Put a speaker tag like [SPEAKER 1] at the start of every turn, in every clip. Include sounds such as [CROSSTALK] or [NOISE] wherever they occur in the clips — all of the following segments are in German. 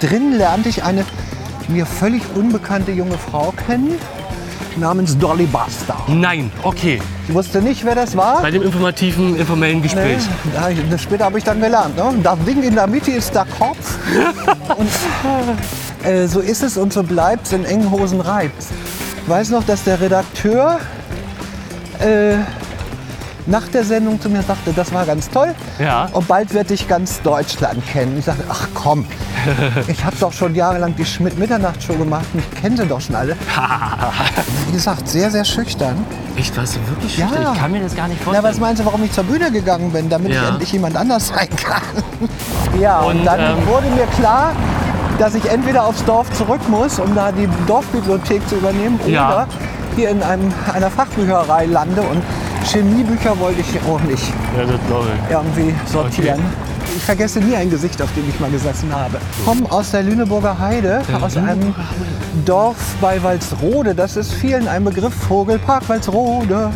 [SPEAKER 1] drin lernte ich eine mir völlig unbekannte junge Frau kennen namens Dolly Buster.
[SPEAKER 2] Nein, okay.
[SPEAKER 1] Ich wusste nicht, wer das war.
[SPEAKER 2] Bei dem informativen, informellen
[SPEAKER 1] Nee,
[SPEAKER 2] Gespräch.
[SPEAKER 1] da hab ich- das später habe ich dann gelernt. Ne? Das Ding in der Mitte ist der Kopf. und, äh, so ist es und so bleibt es in engen Hosen reibt. Ich weiß noch, dass der Redakteur äh, nach der Sendung zu mir sagte, das war ganz toll.
[SPEAKER 2] Ja.
[SPEAKER 1] Und bald werde ich ganz Deutschland kennen. Ich sagte, ach komm, ich habe doch schon jahrelang die Schmidt-Mitternacht-Show gemacht. Mich kennen sie doch schon alle. Wie gesagt, sehr, sehr schüchtern.
[SPEAKER 2] Echt, warst du wirklich
[SPEAKER 1] Ja.
[SPEAKER 2] schüchtern? Ich kann mir das gar nicht
[SPEAKER 1] Na,
[SPEAKER 2] vorstellen.
[SPEAKER 1] was meinst du, warum ich zur Bühne gegangen bin? Damit
[SPEAKER 2] Ja.
[SPEAKER 1] ich endlich jemand anders sein
[SPEAKER 2] [LAUGHS]
[SPEAKER 1] kann. ja, und,
[SPEAKER 2] Und,
[SPEAKER 1] dann
[SPEAKER 2] ähm,
[SPEAKER 1] wurde mir klar, dass ich entweder aufs Dorf zurück muss, um da die Dorfbibliothek zu übernehmen,
[SPEAKER 2] Ja.
[SPEAKER 1] oder hier in einem, einer Fachbücherei lande. Und Chemiebücher wollte ich auch nicht
[SPEAKER 2] ja, das glaube ich.
[SPEAKER 1] irgendwie sortieren. Ich vergesse nie ein Gesicht, auf dem ich mal gesessen habe. Ich komme aus der Lüneburger Heide, aus einem Dorf bei Walsrode. Das ist vielen ein Begriff, Vogelpark Walsrode.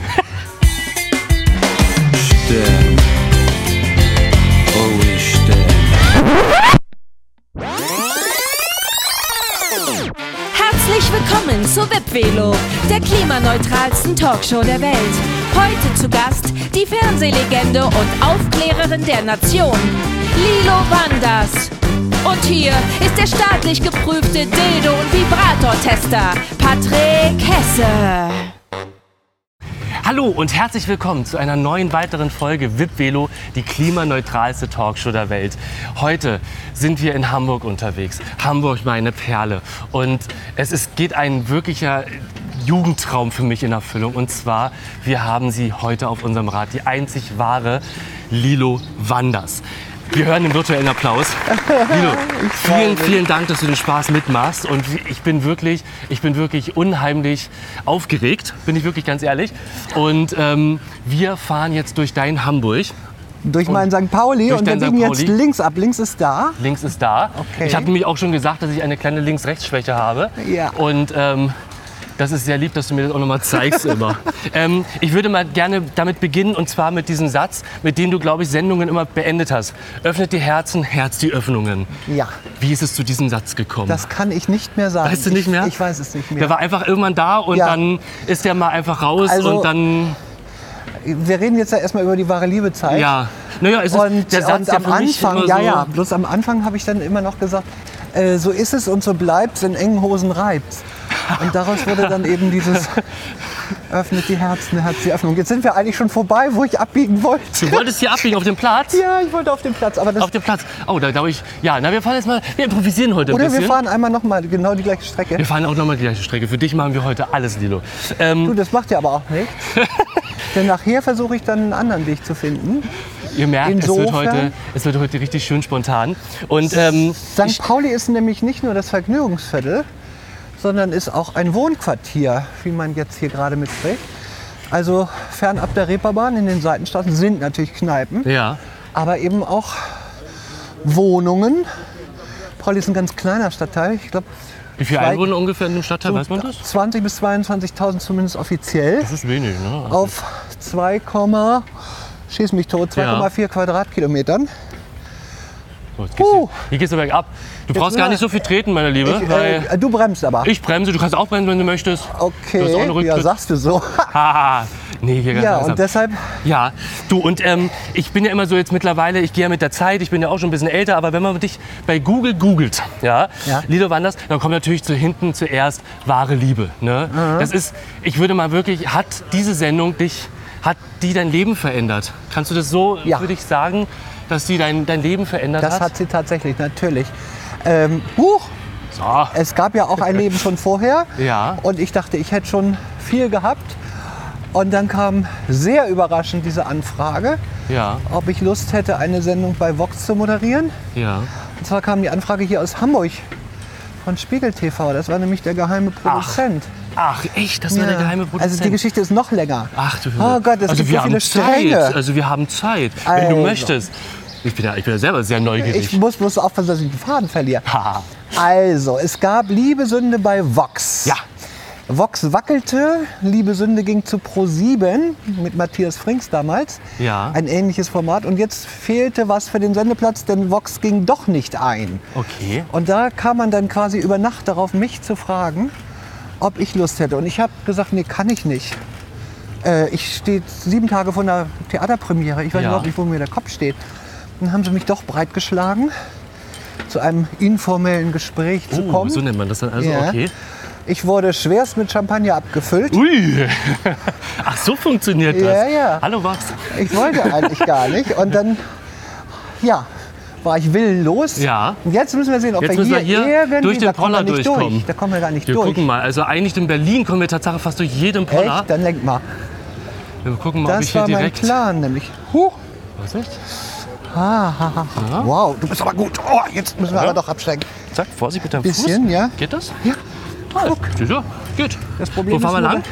[SPEAKER 3] Stern. Oh, ich Stern.
[SPEAKER 4] Herzlich willkommen zu WIPVelo, der klimaneutralsten Talkshow der Welt. Heute zu Gast die Fernsehlegende und Aufklärerin der Nation, Lilo Wanders. Und hier ist der staatlich geprüfte Dildo- und Vibratortester, Patrick Hesse.
[SPEAKER 2] Hallo und herzlich willkommen zu einer neuen weiteren Folge VIP Velo, die klimaneutralste Talkshow der Welt. Heute sind wir in Hamburg unterwegs. Hamburg meine Perle und es ist, geht ein wirklicher Jugendtraum für mich in Erfüllung und zwar wir haben sie heute auf unserem Rad, die einzig wahre Lilo Wanders. Wir hören den virtuellen
[SPEAKER 1] [LAUGHS]
[SPEAKER 2] Applaus. Lilo, vielen, vielen Dank, dass du den Spaß mitmachst. Und ich bin wirklich, ich bin wirklich unheimlich aufgeregt, bin ich wirklich ganz ehrlich. Und ähm, wir fahren jetzt durch dein Hamburg.
[SPEAKER 1] Durch meinen St. Pauli
[SPEAKER 2] durch
[SPEAKER 1] und wir
[SPEAKER 2] deinen
[SPEAKER 1] biegen
[SPEAKER 2] St.
[SPEAKER 1] jetzt
[SPEAKER 2] Pauli.
[SPEAKER 1] links ab. Links ist da.
[SPEAKER 2] Links ist da.
[SPEAKER 1] Okay.
[SPEAKER 2] Ich habe nämlich auch schon gesagt, dass ich eine kleine Links-Rechts-Schwäche habe.
[SPEAKER 1] Ja.
[SPEAKER 2] Und ähm, das ist sehr lieb, dass du mir das auch nochmal
[SPEAKER 1] [LAUGHS]
[SPEAKER 2] zeigst immer. ähm, ich würde mal gerne damit beginnen und zwar mit diesem Satz, mit dem du, glaube ich, Sendungen immer beendet hast. Öffnet die Herzen, Herz die Öffnungen.
[SPEAKER 1] Ja,
[SPEAKER 2] Wie ist es zu diesem Satz gekommen?
[SPEAKER 1] das kann ich nicht mehr sagen.
[SPEAKER 2] Weißt du nicht mehr?
[SPEAKER 1] Ich, ich weiß es nicht
[SPEAKER 2] Der
[SPEAKER 1] mehr.
[SPEAKER 2] war einfach irgendwann da und
[SPEAKER 1] Ja.
[SPEAKER 2] dann ist der mal einfach raus
[SPEAKER 1] Also-
[SPEAKER 2] und dann.
[SPEAKER 1] Wir reden jetzt ja erstmal über die wahre Liebezeit.
[SPEAKER 2] Ja. Naja, es ist
[SPEAKER 1] Und,
[SPEAKER 2] der Satz,
[SPEAKER 1] und am
[SPEAKER 2] der für mich
[SPEAKER 1] Anfang,
[SPEAKER 2] immer
[SPEAKER 1] ja,
[SPEAKER 2] so,
[SPEAKER 1] ja, bloß am Anfang habe ich dann immer noch gesagt, äh, so ist es und so bleibt's, in engen Hosen reibt's. Und daraus wurde dann eben
[SPEAKER 2] [LAUGHS]
[SPEAKER 1] dieses öffnet die Herzen, Herz die Öffnung. Jetzt sind wir eigentlich schon vorbei, wo ich abbiegen wollte.
[SPEAKER 2] Du wolltest hier abbiegen auf dem Platz?
[SPEAKER 1] [LAUGHS] Ja, ich wollte auf den Platz, aber das,
[SPEAKER 2] Auf dem Platz. Oh, da glaube ich. Ja, na, wir fahren jetzt mal. Wir improvisieren heute ein
[SPEAKER 1] oder
[SPEAKER 2] bisschen.
[SPEAKER 1] wir fahren einmal noch mal genau die gleiche Strecke.
[SPEAKER 2] wir fahren auch nochmal die gleiche Strecke. Für dich machen wir heute alles, Lilo. Ähm,
[SPEAKER 1] Du, das macht ja aber auch
[SPEAKER 2] [LAUGHS]
[SPEAKER 1] nichts. Denn nachher versuche ich dann einen anderen Weg zu finden.
[SPEAKER 2] ihr merkt, es wird,
[SPEAKER 1] insofern-
[SPEAKER 2] heute, es wird heute richtig schön spontan. Und ähm,
[SPEAKER 1] St. Pauli ist nämlich nicht nur das Vergnügungsviertel, sondern ist auch ein Wohnquartier, wie man jetzt hier gerade mitkriegt. Also fernab der Reeperbahn in den Seitenstraßen sind natürlich Kneipen,
[SPEAKER 2] ja.
[SPEAKER 1] aber eben auch Wohnungen. Pauli ist ein ganz kleiner Stadtteil, ich glaube
[SPEAKER 2] Wie viele
[SPEAKER 1] Zwei-
[SPEAKER 2] Einwohner ungefähr in dem Stadtteil? Weiß man das?
[SPEAKER 1] 20 bis 22.000 zumindest offiziell
[SPEAKER 2] Das ist wenig, ne?
[SPEAKER 1] auf 2, schieß mich tot, 2,4 Quadratkilometern.
[SPEAKER 2] So, jetzt geht's hier-
[SPEAKER 1] Huh.
[SPEAKER 2] Hier geht's aber bergab. Du brauchst gar
[SPEAKER 1] nur-
[SPEAKER 2] nicht so viel treten, meine Liebe.
[SPEAKER 1] Ich,
[SPEAKER 2] weil
[SPEAKER 1] äh, du bremst aber.
[SPEAKER 2] ich bremse, du kannst auch bremsen, wenn du möchtest. [LAUGHS] Du hast auch
[SPEAKER 1] okay,
[SPEAKER 2] eine
[SPEAKER 1] ja,
[SPEAKER 2] Rücktritt- also-
[SPEAKER 1] sagst du so.
[SPEAKER 2] Haha. nee, hier
[SPEAKER 1] [LAUGHS]
[SPEAKER 2] ganz
[SPEAKER 1] Ja,
[SPEAKER 2] langsam.
[SPEAKER 1] und deshalb
[SPEAKER 2] ja, du und ähm, ich bin ja immer so jetzt mittlerweile, ich gehe ja mit der Zeit, ich bin ja auch schon ein bisschen älter, aber wenn man dich bei Google googelt, ja,
[SPEAKER 1] Ja.
[SPEAKER 2] Lido Wanders, dann kommt natürlich zu hinten zuerst wahre Liebe. Ne?
[SPEAKER 1] Mhm.
[SPEAKER 2] Das ist, ich würde mal wirklich, hat diese Sendung dich, hat die dein Leben verändert? Kannst du das so
[SPEAKER 1] Ja.
[SPEAKER 2] für dich sagen, dass die dein, dein Leben verändert
[SPEAKER 1] Das hat sie tatsächlich, natürlich. Ähm, huch,
[SPEAKER 2] So.
[SPEAKER 1] es gab ja auch
[SPEAKER 2] [LAUGHS]
[SPEAKER 1] ein Leben schon vorher.
[SPEAKER 2] Ja.
[SPEAKER 1] Und ich dachte, ich hätte schon viel gehabt. Und dann kam sehr überraschend diese Anfrage,
[SPEAKER 2] Ja,
[SPEAKER 1] ob ich Lust hätte, eine Sendung bei Vox zu moderieren.
[SPEAKER 2] ja.
[SPEAKER 1] Und zwar kam die Anfrage hier aus Hamburg von Spiegel TV. Das war nämlich der geheime Produzent.
[SPEAKER 2] Ach, echt? Das war der geheime Produzent.
[SPEAKER 1] Also die Geschichte ist noch länger.
[SPEAKER 2] Ach du
[SPEAKER 1] Oh Gott, es
[SPEAKER 2] also
[SPEAKER 1] gibt
[SPEAKER 2] wir
[SPEAKER 1] so viele
[SPEAKER 2] haben Zeit.
[SPEAKER 1] Stränge.
[SPEAKER 2] Also wir haben Zeit, wenn du
[SPEAKER 1] Also.
[SPEAKER 2] möchtest. Ich bin, ja, ich bin ja selber sehr neugierig.
[SPEAKER 1] Ich muss bloß aufpassen, dass ich den Faden verliere.
[SPEAKER 2] Haha.
[SPEAKER 1] Also, es gab Liebe Sünde bei Vox.
[SPEAKER 2] Ja.
[SPEAKER 1] Vox wackelte, Liebe Sünde ging zu Pro7 mit Matthias Frings damals.
[SPEAKER 2] Ja.
[SPEAKER 1] Ein ähnliches Format. Und jetzt fehlte was für den Sendeplatz, denn Vox ging doch nicht ein.
[SPEAKER 2] Okay.
[SPEAKER 1] Und da kam man dann quasi über Nacht darauf, mich zu fragen, ob ich Lust hätte. Und ich habe gesagt, nee, kann ich nicht. Äh, ich stehe sieben Tage von der Theaterpremiere. Ich weiß
[SPEAKER 2] Ja.
[SPEAKER 1] überhaupt nicht, wo mir der Kopf steht. Dann haben sie mich doch breitgeschlagen, zu einem informellen Gespräch zu
[SPEAKER 2] Oh,
[SPEAKER 1] kommen.
[SPEAKER 2] so nennt man das dann also,
[SPEAKER 1] Ja.
[SPEAKER 2] okay.
[SPEAKER 1] Ich wurde schwerst mit Champagner
[SPEAKER 2] Uh.
[SPEAKER 1] abgefüllt.
[SPEAKER 2] Ui! [LAUGHS] Ach, so funktioniert das.
[SPEAKER 1] Ja, ja.
[SPEAKER 2] Hallo, was?
[SPEAKER 1] Ich wollte eigentlich gar nicht. Und dann, ja, war ich willenlos.
[SPEAKER 2] Ja.
[SPEAKER 1] Und jetzt müssen wir sehen, ob
[SPEAKER 2] Jetzt
[SPEAKER 1] wir
[SPEAKER 2] müssen
[SPEAKER 1] hier,
[SPEAKER 2] wir hier
[SPEAKER 1] irgendwie
[SPEAKER 2] durch den
[SPEAKER 1] da kommen wir
[SPEAKER 2] Poller
[SPEAKER 1] nicht
[SPEAKER 2] durchkommen.
[SPEAKER 1] Durch. Da kommen wir gar nicht
[SPEAKER 2] Wir
[SPEAKER 1] durch.
[SPEAKER 2] gucken mal. Also eigentlich in Berlin kommen wir tatsächlich fast durch jeden Poller.
[SPEAKER 1] Echt? Dann lenk mal.
[SPEAKER 2] Wir gucken mal, ob ich
[SPEAKER 1] Das
[SPEAKER 2] hier
[SPEAKER 1] war mein
[SPEAKER 2] direkt...
[SPEAKER 1] Plan, nämlich. Ah, Huh.
[SPEAKER 2] Vorsicht.
[SPEAKER 1] Wow, du bist aber gut. Oh, jetzt müssen wir aber doch absteigen.
[SPEAKER 2] Zack, Vorsicht mit deinem
[SPEAKER 1] Bisschen,
[SPEAKER 2] Fuß.
[SPEAKER 1] ja.
[SPEAKER 2] Geht das?
[SPEAKER 1] Ja,
[SPEAKER 2] Toll. Siehst du? Geht.
[SPEAKER 1] das Problem
[SPEAKER 2] Wo fahren wir
[SPEAKER 1] ist. nur,
[SPEAKER 2] lang?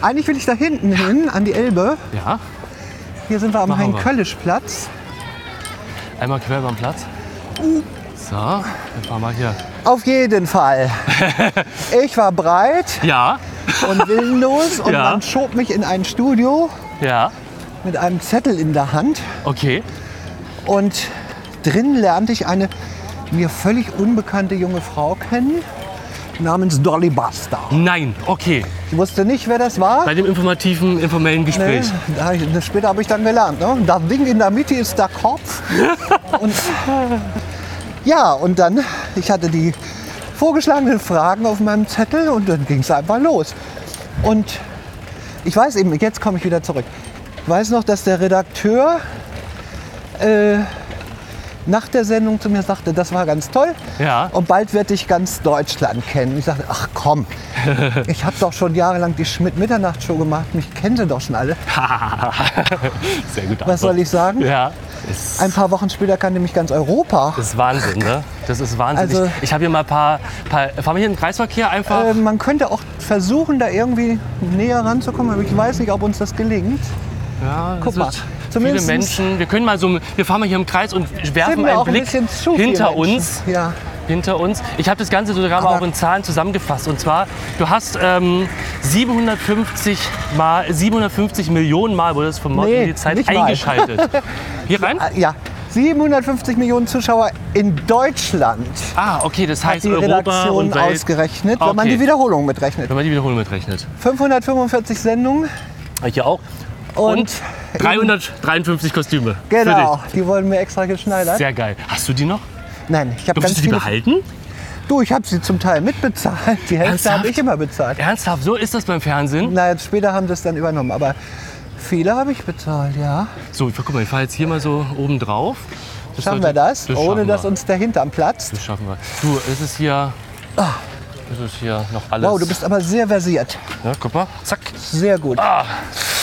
[SPEAKER 1] Eigentlich will ich da hinten hin, an die Elbe.
[SPEAKER 2] Ja.
[SPEAKER 1] Hier sind wir am
[SPEAKER 2] Machen wir.
[SPEAKER 1] Hein-Köllisch-Platz.
[SPEAKER 2] Einmal quer über den Platz. So, dann fahren wir hier.
[SPEAKER 1] Auf jeden
[SPEAKER 2] [LAUGHS]
[SPEAKER 1] Fall. ich war breit
[SPEAKER 2] Ja,
[SPEAKER 1] und willenlos und
[SPEAKER 2] Ja.
[SPEAKER 1] man schob mich in ein Studio
[SPEAKER 2] ja,
[SPEAKER 1] mit einem Zettel in der Hand.
[SPEAKER 2] okay.
[SPEAKER 1] Und drin lernte ich eine mir völlig unbekannte junge Frau kennen namens Dolly Buster.
[SPEAKER 2] Nein, okay.
[SPEAKER 1] Ich wusste nicht, wer das war.
[SPEAKER 2] Bei dem informativen, informellen
[SPEAKER 1] Nee,
[SPEAKER 2] Gespräch.
[SPEAKER 1] Äh, da hab ich, das später habe ich dann gelernt. Ne? Das Ding in der Mitte ist der Kopf. und, ja, und dann, ich hatte die vorgeschlagenen Fragen auf meinem Zettel und dann ging es einfach los. Und ich weiß eben, jetzt komme ich wieder zurück. Ich weiß noch, dass der Redakteur äh, nach der Sendung zu mir sagte, das war ganz toll.
[SPEAKER 2] Ja.
[SPEAKER 1] Und bald werde ich ganz Deutschland kennen. Ich sagte, ach komm, ich habe doch schon jahrelang die Schmidt-Mitternacht-Show gemacht. Mich kennen sie doch schon alle.
[SPEAKER 2] [LAUGHS] Sehr gut.
[SPEAKER 1] Was soll ich sagen?
[SPEAKER 2] Ja, es
[SPEAKER 1] Ein paar Wochen später kannte mich ganz Europa.
[SPEAKER 2] das ist Wahnsinn, ne? Das ist Wahnsinn.
[SPEAKER 1] Also-
[SPEAKER 2] ich ich habe hier mal ein paar, paar. Fahren wir hier im Kreisverkehr einfach?
[SPEAKER 1] Äh, man könnte auch versuchen, da irgendwie näher ranzukommen, aber ich weiß nicht, ob uns das gelingt.
[SPEAKER 2] ja,
[SPEAKER 1] guck
[SPEAKER 2] es
[SPEAKER 1] mal,
[SPEAKER 2] wird Viele
[SPEAKER 1] zumindest-
[SPEAKER 2] Menschen. Wir können mal so. Wir fahren mal hier im Kreis und werfen
[SPEAKER 1] Sind mir
[SPEAKER 2] einen
[SPEAKER 1] auch ein
[SPEAKER 2] Blick
[SPEAKER 1] bisschen zu viele
[SPEAKER 2] hinter
[SPEAKER 1] Menschen.
[SPEAKER 2] uns.
[SPEAKER 1] Ja.
[SPEAKER 2] hinter uns. Ich habe das Ganze sogar mal
[SPEAKER 1] Aber-
[SPEAKER 2] auch in Zahlen zusammengefasst. Und zwar, du hast ähm, 750, mal, 750 Millionen Mal wurde es vom Morgen
[SPEAKER 1] Nee,
[SPEAKER 2] in die Zeit
[SPEAKER 1] nicht mal.
[SPEAKER 2] eingeschaltet.
[SPEAKER 1] [LAUGHS]
[SPEAKER 2] Hier rein?
[SPEAKER 1] Ah, Ja, 750 Millionen Zuschauer in Deutschland
[SPEAKER 2] Ah, okay, das
[SPEAKER 1] hat
[SPEAKER 2] heißt
[SPEAKER 1] die
[SPEAKER 2] Europa
[SPEAKER 1] Redaktion
[SPEAKER 2] und Welt.
[SPEAKER 1] ausgerechnet, wenn man
[SPEAKER 2] Okay.
[SPEAKER 1] die Wiederholung mitrechnet.
[SPEAKER 2] Wenn man die Wiederholung mitrechnet.
[SPEAKER 1] 545 Sendungen
[SPEAKER 2] Hier auch.
[SPEAKER 1] Und-
[SPEAKER 2] Und, 353 Kostüme.
[SPEAKER 1] Genau,
[SPEAKER 2] Für
[SPEAKER 1] die wurden mir extra
[SPEAKER 2] dich.
[SPEAKER 1] geschneidert.
[SPEAKER 2] Sehr geil. Hast du die noch?
[SPEAKER 1] Nein, ich habe ganz
[SPEAKER 2] Durftest du die
[SPEAKER 1] viele.
[SPEAKER 2] behalten?
[SPEAKER 1] Du, ich habe sie zum Teil mitbezahlt. Die Hälfte
[SPEAKER 2] Ernsthaft?
[SPEAKER 1] habe ich immer bezahlt.
[SPEAKER 2] Ernsthaft, so ist das beim Fernsehen.
[SPEAKER 1] Na, jetzt später haben sie es dann übernommen, aber viele habe ich bezahlt, ja.
[SPEAKER 2] So, ich- guck mal, ich fahre jetzt hier mal so oben drauf. Das
[SPEAKER 1] Schaffen
[SPEAKER 2] sollte-
[SPEAKER 1] wir das, ohne
[SPEAKER 2] schaffen
[SPEAKER 1] dass
[SPEAKER 2] wir.
[SPEAKER 1] uns der Hintern platzt?
[SPEAKER 2] Das schaffen wir. Du, es ist hier. Es ist hier noch alles.
[SPEAKER 1] Ah. Wow, du bist aber sehr versiert.
[SPEAKER 2] Ja, guck mal. Zack.
[SPEAKER 1] Sehr gut.
[SPEAKER 2] Ah.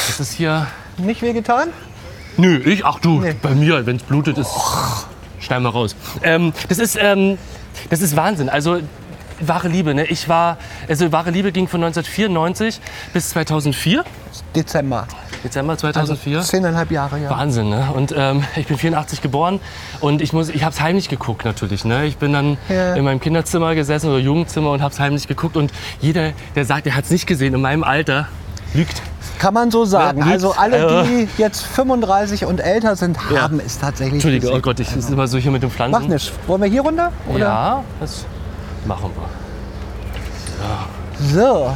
[SPEAKER 2] Es ist hier.
[SPEAKER 1] Nicht wehgetan?
[SPEAKER 2] Nö, ich. Ach du,
[SPEAKER 1] Nee.
[SPEAKER 2] bei mir, wenn es blutet, ist. Schneiden wir raus. Ähm, das ist. Ähm, das ist Wahnsinn. Also. Wahre Liebe, ne? Ich war, also Wahre Liebe ging von 1994 bis 2004,
[SPEAKER 1] Dezember.
[SPEAKER 2] Dezember 2004.
[SPEAKER 1] Zehneinhalb Jahre, ja.
[SPEAKER 2] Wahnsinn, ne? Und ähm, ich bin 84 geboren und ich muss, ich hab's heimlich geguckt natürlich, ne? Ich bin dann
[SPEAKER 1] Ja.
[SPEAKER 2] in meinem Kinderzimmer gesessen oder Jugendzimmer und hab's heimlich geguckt und jeder, der sagt, er hat's nicht gesehen, in meinem Alter lügt.
[SPEAKER 1] Kann man so sagen.
[SPEAKER 2] Ja,
[SPEAKER 1] Also
[SPEAKER 2] nicht.
[SPEAKER 1] alle, die jetzt 35 und älter sind,
[SPEAKER 2] Äh. Ja.
[SPEAKER 1] haben es tatsächlich
[SPEAKER 2] Entschuldige, oh
[SPEAKER 1] gesehen.
[SPEAKER 2] Gott, ich ist immer so hier mit dem Pflanzen.
[SPEAKER 1] Macht nichts. Wollen wir hier runter? Oder?
[SPEAKER 2] Ja, das machen wir.
[SPEAKER 1] So.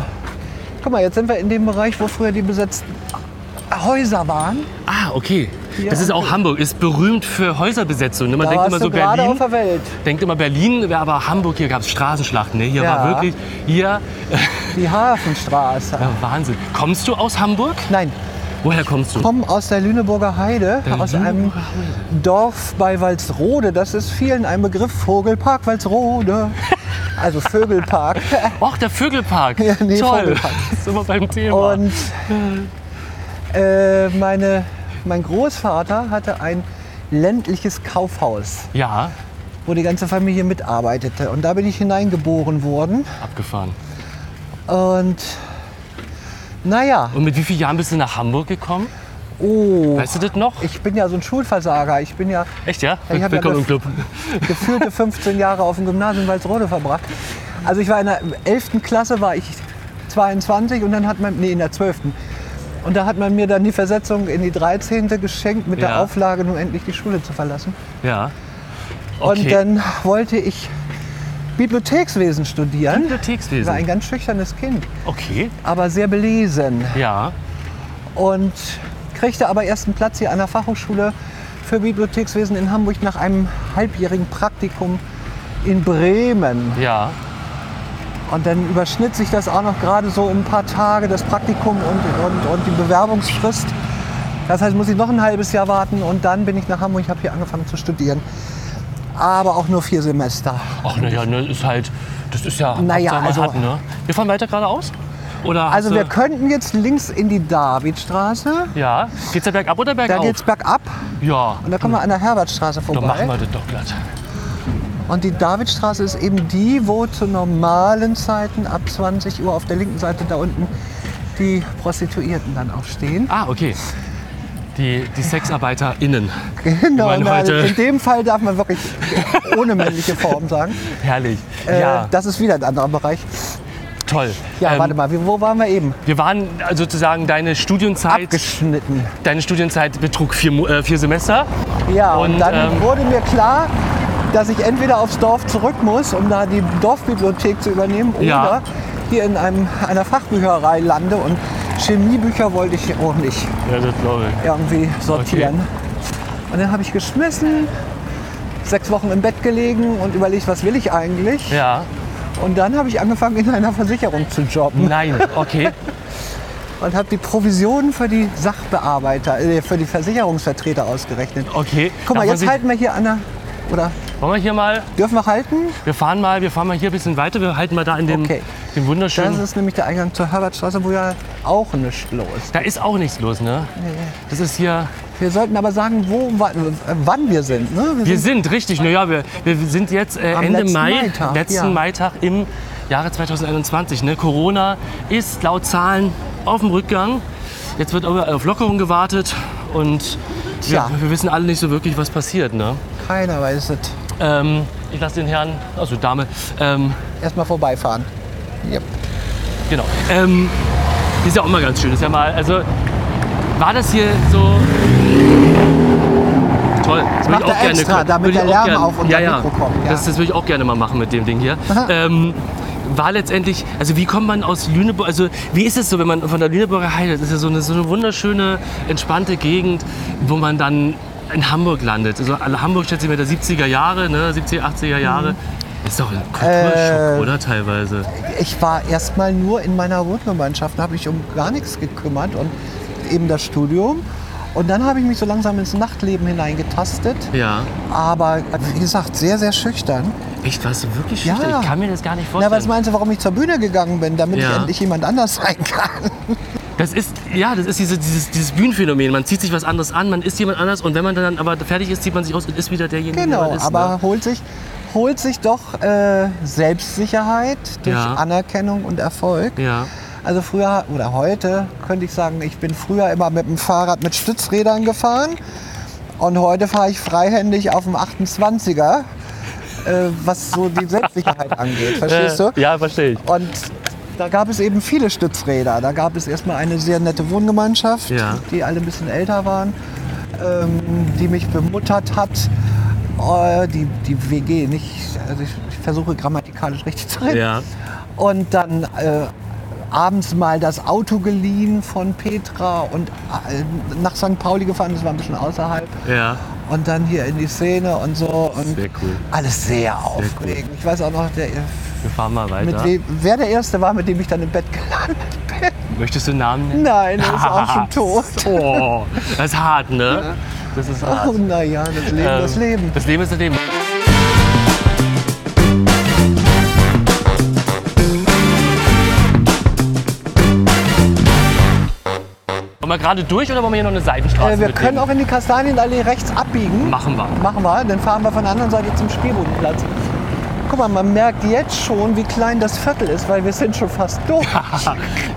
[SPEAKER 1] Guck mal, jetzt sind wir in dem Bereich, wo früher die besetzten Häuser waren.
[SPEAKER 2] Ah, okay.
[SPEAKER 1] Ja,
[SPEAKER 2] das ist auch
[SPEAKER 1] okay.
[SPEAKER 2] Hamburg, ist berühmt für Häuserbesetzung. Ne? Man
[SPEAKER 1] Da
[SPEAKER 2] denkt
[SPEAKER 1] warst
[SPEAKER 2] immer so
[SPEAKER 1] du gerade
[SPEAKER 2] Berlin.
[SPEAKER 1] auf der Welt.
[SPEAKER 2] Denkt immer Berlin, aber Hamburg, hier gab's Straßenschlachten. Ne? Hier
[SPEAKER 1] Ja.
[SPEAKER 2] war wirklich, hier, [LAUGHS]
[SPEAKER 1] Die Hafenstraße.
[SPEAKER 2] ja, Wahnsinn. Kommst du aus Hamburg?
[SPEAKER 1] Nein,
[SPEAKER 2] Woher kommst du?
[SPEAKER 1] kommen aus der Lüneburger Heide,
[SPEAKER 2] Der
[SPEAKER 1] aus einem
[SPEAKER 2] Lüneburger
[SPEAKER 1] Dorf bei Walsrode. Das ist vielen ein Begriff. Vogelpark Walsrode. Also Vögelpark.
[SPEAKER 2] [LAUGHS] Och, der Vögelpark.
[SPEAKER 1] Ja, nee,
[SPEAKER 2] Toll.
[SPEAKER 1] Vogelpark.
[SPEAKER 2] [LAUGHS] Sind wir beim Thema.
[SPEAKER 1] Und äh, meine, mein Großvater hatte ein ländliches Kaufhaus,
[SPEAKER 2] ja,
[SPEAKER 1] wo die ganze Familie mitarbeitete. Und da bin ich hineingeboren worden.
[SPEAKER 2] abgefahren.
[SPEAKER 1] Und naja,
[SPEAKER 2] Und mit wie vielen Jahren bist du nach Hamburg gekommen?
[SPEAKER 1] oh,
[SPEAKER 2] Weißt du das noch?
[SPEAKER 1] ich bin ja so ein Schulversager. Ich bin ja
[SPEAKER 2] Echt, ja?
[SPEAKER 1] Ich hab ja
[SPEAKER 2] Willkommen im Club.
[SPEAKER 1] gefühlte
[SPEAKER 2] [LAUGHS]
[SPEAKER 1] 15 Jahre auf dem Gymnasium Walsrode verbracht. Also ich war in der 11. Klasse, war ich 22 und dann hat man, nee, in der 12. Und da hat man mir dann die Versetzung in die 13. geschenkt mit der
[SPEAKER 2] Ja.
[SPEAKER 1] Auflage, nun endlich die Schule zu verlassen.
[SPEAKER 2] Ja. Okay.
[SPEAKER 1] Und dann wollte ich Bibliothekswesen studieren. war ein
[SPEAKER 2] Bibliothekswesen.
[SPEAKER 1] ganz schüchternes Kind,
[SPEAKER 2] Okay.
[SPEAKER 1] aber sehr belesen.
[SPEAKER 2] Ja.
[SPEAKER 1] und kriegte aber erst einen Platz hier an der Fachhochschule für Bibliothekswesen in Hamburg nach einem halbjährigen Praktikum in Bremen.
[SPEAKER 2] Ja.
[SPEAKER 1] Und dann überschnitt sich das auch noch gerade so um ein paar Tage, das Praktikum und, und, und die Bewerbungsfrist. Das heißt, muss ich noch ein halbes Jahr warten und dann bin ich nach Hamburg, habe hier angefangen zu studieren. Aber auch nur vier Semester.
[SPEAKER 2] Ach naja, ne, ist halt, das ist ja,
[SPEAKER 1] Naja,
[SPEAKER 2] Hauptsache, man
[SPEAKER 1] also-
[SPEAKER 2] hat, ne? Wir fahren weiter geradeaus? Oder hast
[SPEAKER 1] Also
[SPEAKER 2] du-
[SPEAKER 1] wir könnten jetzt links in die Davidstraße.
[SPEAKER 2] Ja, geht's da bergab oder
[SPEAKER 1] Da
[SPEAKER 2] bergauf?
[SPEAKER 1] geht's bergab
[SPEAKER 2] ja,
[SPEAKER 1] und da kommen wir an der Herbertstraße vorbei.
[SPEAKER 2] dann machen wir das doch glatt.
[SPEAKER 1] Und die Davidstraße ist eben die, wo zu normalen Zeiten ab 20 Uhr auf der linken Seite da unten die Prostituierten dann auch stehen.
[SPEAKER 2] Ah, okay. Die, die SexarbeiterInnen.
[SPEAKER 1] Genau,
[SPEAKER 2] meine,
[SPEAKER 1] na,
[SPEAKER 2] heute-
[SPEAKER 1] in dem Fall darf man wirklich ohne männliche Form sagen.
[SPEAKER 2] Herrlich.
[SPEAKER 1] Äh,
[SPEAKER 2] ja,
[SPEAKER 1] Das ist wieder ein anderer Bereich.
[SPEAKER 2] toll.
[SPEAKER 1] Ja,
[SPEAKER 2] Ähm,
[SPEAKER 1] warte mal, wie- wo waren wir eben?
[SPEAKER 2] Wir waren äh, sozusagen deine Studienzeit.
[SPEAKER 1] Abgeschnitten.
[SPEAKER 2] Deine Studienzeit betrug vier, Mo- äh, vier Semester.
[SPEAKER 1] Ja, und,
[SPEAKER 2] Und,
[SPEAKER 1] dann
[SPEAKER 2] ähm,
[SPEAKER 1] wurde mir klar, dass ich entweder aufs Dorf zurück muss, um da die Dorfbibliothek zu übernehmen, oder
[SPEAKER 2] Ja.
[SPEAKER 1] hier in einem, einer Fachbücherei lande. Und Chemiebücher wollte ich auch nicht.
[SPEAKER 2] Ja, das glaube ich.
[SPEAKER 1] irgendwie sortieren. Und dann habe ich geschmissen, sechs Wochen im Bett gelegen und überlegt, was will ich eigentlich?
[SPEAKER 2] Ja,
[SPEAKER 1] Und dann habe ich angefangen, in einer Versicherung zu jobben
[SPEAKER 2] nein, okay.
[SPEAKER 1] und habe die Provisionen für die Sachbearbeiter, äh, für die Versicherungsvertreter ausgerechnet.
[SPEAKER 2] Okay.
[SPEAKER 1] Guck mal,
[SPEAKER 2] Darf man
[SPEAKER 1] jetzt halt-
[SPEAKER 2] sich-
[SPEAKER 1] halten wir hier an der, oder
[SPEAKER 2] Wollen wir hier mal,
[SPEAKER 1] dürfen wir halten?
[SPEAKER 2] wir fahren mal, wir fahren mal hier ein bisschen weiter. Wir halten mal da in dem,
[SPEAKER 1] Okay.
[SPEAKER 2] dem
[SPEAKER 1] Das
[SPEAKER 2] wunderschönen.
[SPEAKER 1] ist nämlich der Eingang zur Herbertstraße, wo ja auch nichts los ist.
[SPEAKER 2] da ist auch nichts los, ne? Das ist hier.
[SPEAKER 1] Wir sollten aber sagen, wo, wa- wann wir sind. Ne?
[SPEAKER 2] Wir sind, richtig. Naja, wir, wir sind jetzt äh,
[SPEAKER 1] Am
[SPEAKER 2] Ende
[SPEAKER 1] letzten
[SPEAKER 2] Mai,
[SPEAKER 1] Maitag,
[SPEAKER 2] letzten
[SPEAKER 1] ja.
[SPEAKER 2] Maitag im Jahre 2021. Ne? Corona ist laut Zahlen auf dem Rückgang. Jetzt wird aber auf Lockerung gewartet und wir,
[SPEAKER 1] Tja.
[SPEAKER 2] wir wissen alle nicht so wirklich, was passiert. Ne?
[SPEAKER 1] Keiner weiß es.
[SPEAKER 2] Ähm, ich lasse den Herrn, also Dame, ähm,
[SPEAKER 1] Erstmal vorbeifahren. Yep.
[SPEAKER 2] genau. Ähm, ist ja auch mal ganz schön. Ist ja mal, also war das hier so. Toll. Das
[SPEAKER 1] macht er extra, damit
[SPEAKER 2] würde
[SPEAKER 1] der
[SPEAKER 2] ich auch
[SPEAKER 1] Lärm
[SPEAKER 2] gerne-
[SPEAKER 1] auf unser
[SPEAKER 2] ja, ja.
[SPEAKER 1] Mikro kommt, ja.
[SPEAKER 2] Das, das würde ich auch gerne mal machen mit dem Ding hier.
[SPEAKER 1] Aha.
[SPEAKER 2] Ähm, war letztendlich, also wie kommt man aus Lüneburg, also wie ist es so, wenn man von der Lüneburger Heide, das ist ja so eine, so eine wunderschöne, entspannte Gegend, wo man dann in Hamburg landet. Also alle Hamburg schätze ich mir der 70er Jahre, ne, 70er, 80er Jahre. Ist doch ein Kulturschock,
[SPEAKER 1] Mhm. Äh,
[SPEAKER 2] oder teilweise?
[SPEAKER 1] Ich war erstmal nur in meiner Wohngemeinschaft, habe mich um gar nichts gekümmert und eben das Studium. Und dann habe ich mich so langsam ins Nachtleben hineingetastet.
[SPEAKER 2] Ja.
[SPEAKER 1] Aber wie gesagt, sehr, sehr schüchtern.
[SPEAKER 2] Echt, warst du wirklich
[SPEAKER 1] Ja.
[SPEAKER 2] schüchtern? Ich kann mir das gar nicht
[SPEAKER 1] Na,
[SPEAKER 2] vorstellen.
[SPEAKER 1] was meinst du, warum ich zur Bühne gegangen bin? Damit ich
[SPEAKER 2] Ja.
[SPEAKER 1] endlich jemand anders [LAUGHS] sein kann.
[SPEAKER 2] das ist, ja, das ist diese, dieses, dieses Bühnenphänomen. Man zieht sich was anderes an, man ist jemand anders und wenn man dann aber fertig ist, zieht man sich aus und ist wieder derjenige, der
[SPEAKER 1] Genau,
[SPEAKER 2] man ist.
[SPEAKER 1] aber
[SPEAKER 2] ne?
[SPEAKER 1] holt sich, holt sich doch äh, Selbstsicherheit durch
[SPEAKER 2] Ja.
[SPEAKER 1] Anerkennung und Erfolg.
[SPEAKER 2] Ja.
[SPEAKER 1] Also früher oder heute könnte ich sagen, ich bin früher immer mit dem Fahrrad mit Stützrädern gefahren und heute fahre ich freihändig auf dem 28er, äh, was so die
[SPEAKER 2] [LAUGHS]
[SPEAKER 1] Selbstsicherheit angeht, verstehst du?
[SPEAKER 2] Äh, Ja, verstehe ich.
[SPEAKER 1] Und da gab es eben viele Stützräder. Da gab es erstmal eine sehr nette Wohngemeinschaft,
[SPEAKER 2] Ja.
[SPEAKER 1] die alle ein bisschen älter waren, ähm, die mich bemuttert hat. Äh, die, die WG, nicht, also ich, ich versuche grammatikalisch richtig zu reden.
[SPEAKER 2] Ja.
[SPEAKER 1] Und dann äh, abends mal das Auto geliehen von Petra und äh, nach St. Pauli gefahren, das war ein bisschen außerhalb.
[SPEAKER 2] Ja.
[SPEAKER 1] Und dann hier in die Szene und so. Und
[SPEAKER 2] Sehr cool.
[SPEAKER 1] Alles sehr aufregend. Ich weiß auch noch, der,
[SPEAKER 2] Wir fahren mal
[SPEAKER 1] mit
[SPEAKER 2] weiter.
[SPEAKER 1] wem, wer der Erste war, mit dem ich dann im Bett gelandet bin? [LAUGHS]
[SPEAKER 2] Möchtest du einen Namen nennen?
[SPEAKER 1] Nein, er ist auch
[SPEAKER 2] [LAUGHS]
[SPEAKER 1] schon tot.
[SPEAKER 2] Oh, das ist hart, ne? Das ist hart.
[SPEAKER 1] Oh, naja, das Leben, das
[SPEAKER 2] Ähm,
[SPEAKER 1] Leben.
[SPEAKER 2] Das Leben ist das Leben. Wollen wir gerade durch oder wollen wir hier noch eine Seitenstraße
[SPEAKER 1] Äh, wir
[SPEAKER 2] mitnehmen?
[SPEAKER 1] können auch in die Kastanienallee rechts abbiegen.
[SPEAKER 2] Machen wir. [LAUGHS]
[SPEAKER 1] Machen wir, dann fahren wir von der anderen Seite zum Spielbodenplatz. Guck mal, man merkt jetzt schon, wie klein das Viertel ist, weil wir sind schon fast durch.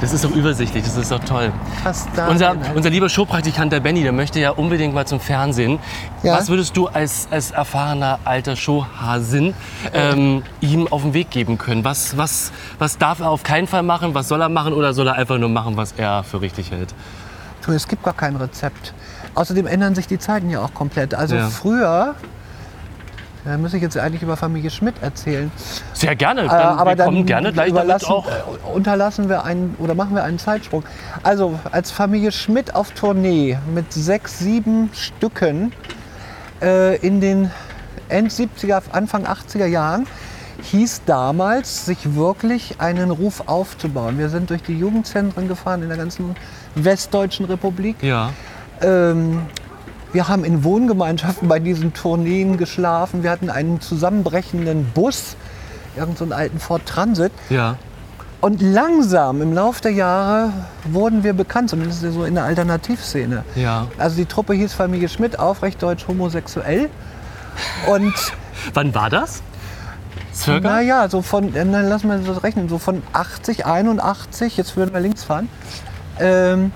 [SPEAKER 2] Das ist doch übersichtlich, das ist doch toll.
[SPEAKER 1] Fast da.
[SPEAKER 2] Unser, unser lieber Showpraktikant, der Benny, der möchte ja unbedingt mal zum Fernsehen.
[SPEAKER 1] Ja.
[SPEAKER 2] Was würdest du als, als erfahrener alter Showhasin ähm, ihm auf den Weg geben können? Was, was, was darf er auf keinen Fall machen? Was soll er machen? Oder soll er einfach nur machen, was er für richtig hält?
[SPEAKER 1] Du, es gibt gar kein Rezept. Außerdem ändern sich die Zeiten ja auch komplett. Also
[SPEAKER 2] Ja.
[SPEAKER 1] früher, da muss ich jetzt eigentlich über Familie Schmidt erzählen.
[SPEAKER 2] Sehr gerne.
[SPEAKER 1] Äh,
[SPEAKER 2] Dann,
[SPEAKER 1] aber
[SPEAKER 2] wir kommen
[SPEAKER 1] dann
[SPEAKER 2] gerne gleich damit
[SPEAKER 1] überlassen-
[SPEAKER 2] auch.
[SPEAKER 1] äh, unterlassen wir einen oder machen wir einen Zeitsprung. Also als Familie Schmidt auf Tournee mit sechs, sieben Stücken äh, in den End 70er, Anfang 80er Jahren hieß damals, sich wirklich einen Ruf aufzubauen. Wir sind durch die Jugendzentren gefahren in der ganzen Westdeutschen Republik.
[SPEAKER 2] Ja.
[SPEAKER 1] Ähm, wir haben in Wohngemeinschaften bei diesen Tourneen geschlafen. Wir hatten einen zusammenbrechenden Bus, irgendeinen so einen alten Ford Transit.
[SPEAKER 2] Ja.
[SPEAKER 1] Und langsam im Laufe der Jahre wurden wir bekannt, zumindest so in der Alternativszene.
[SPEAKER 2] Ja.
[SPEAKER 1] Also die Truppe hieß Familie Schmidt, aufrecht deutsch homosexuell. Und
[SPEAKER 2] Wann war das? Circa?
[SPEAKER 1] naja, so von, äh, na, lass mal das rechnen, so von 80, 81, jetzt würden wir links fahren, ähm,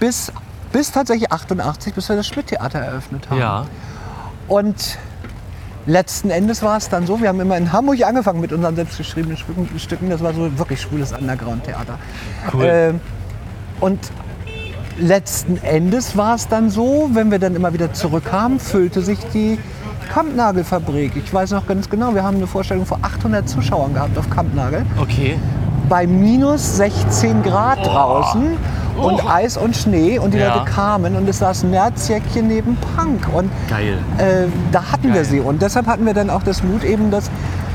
[SPEAKER 1] bis, bis tatsächlich 88, bis wir das Schmidt-Theater eröffnet haben.
[SPEAKER 2] Ja.
[SPEAKER 1] Und letzten Endes war es dann so, wir haben immer in Hamburg angefangen mit unseren selbstgeschriebenen Stücken- Stücken. Das war so wirklich schwules Underground-Theater.
[SPEAKER 2] Cool.
[SPEAKER 1] Ähm, und letzten Endes war es dann so, wenn wir dann immer wieder zurückkamen, füllte sich die Kampnagelfabrik. Ich weiß noch ganz genau, wir haben eine Vorstellung vor 800 Zuschauern gehabt auf Kampnagel.
[SPEAKER 2] Okay.
[SPEAKER 1] Bei minus 16 Grad draußen und
[SPEAKER 2] Oh.
[SPEAKER 1] Eis und Schnee und die
[SPEAKER 2] Ja.
[SPEAKER 1] Leute kamen und es saß ein Nerzjäckchen neben Punk. Und
[SPEAKER 2] Geil.
[SPEAKER 1] äh, da hatten
[SPEAKER 2] Geil.
[SPEAKER 1] wir sie. Und deshalb hatten wir dann auch das Mut, eben das,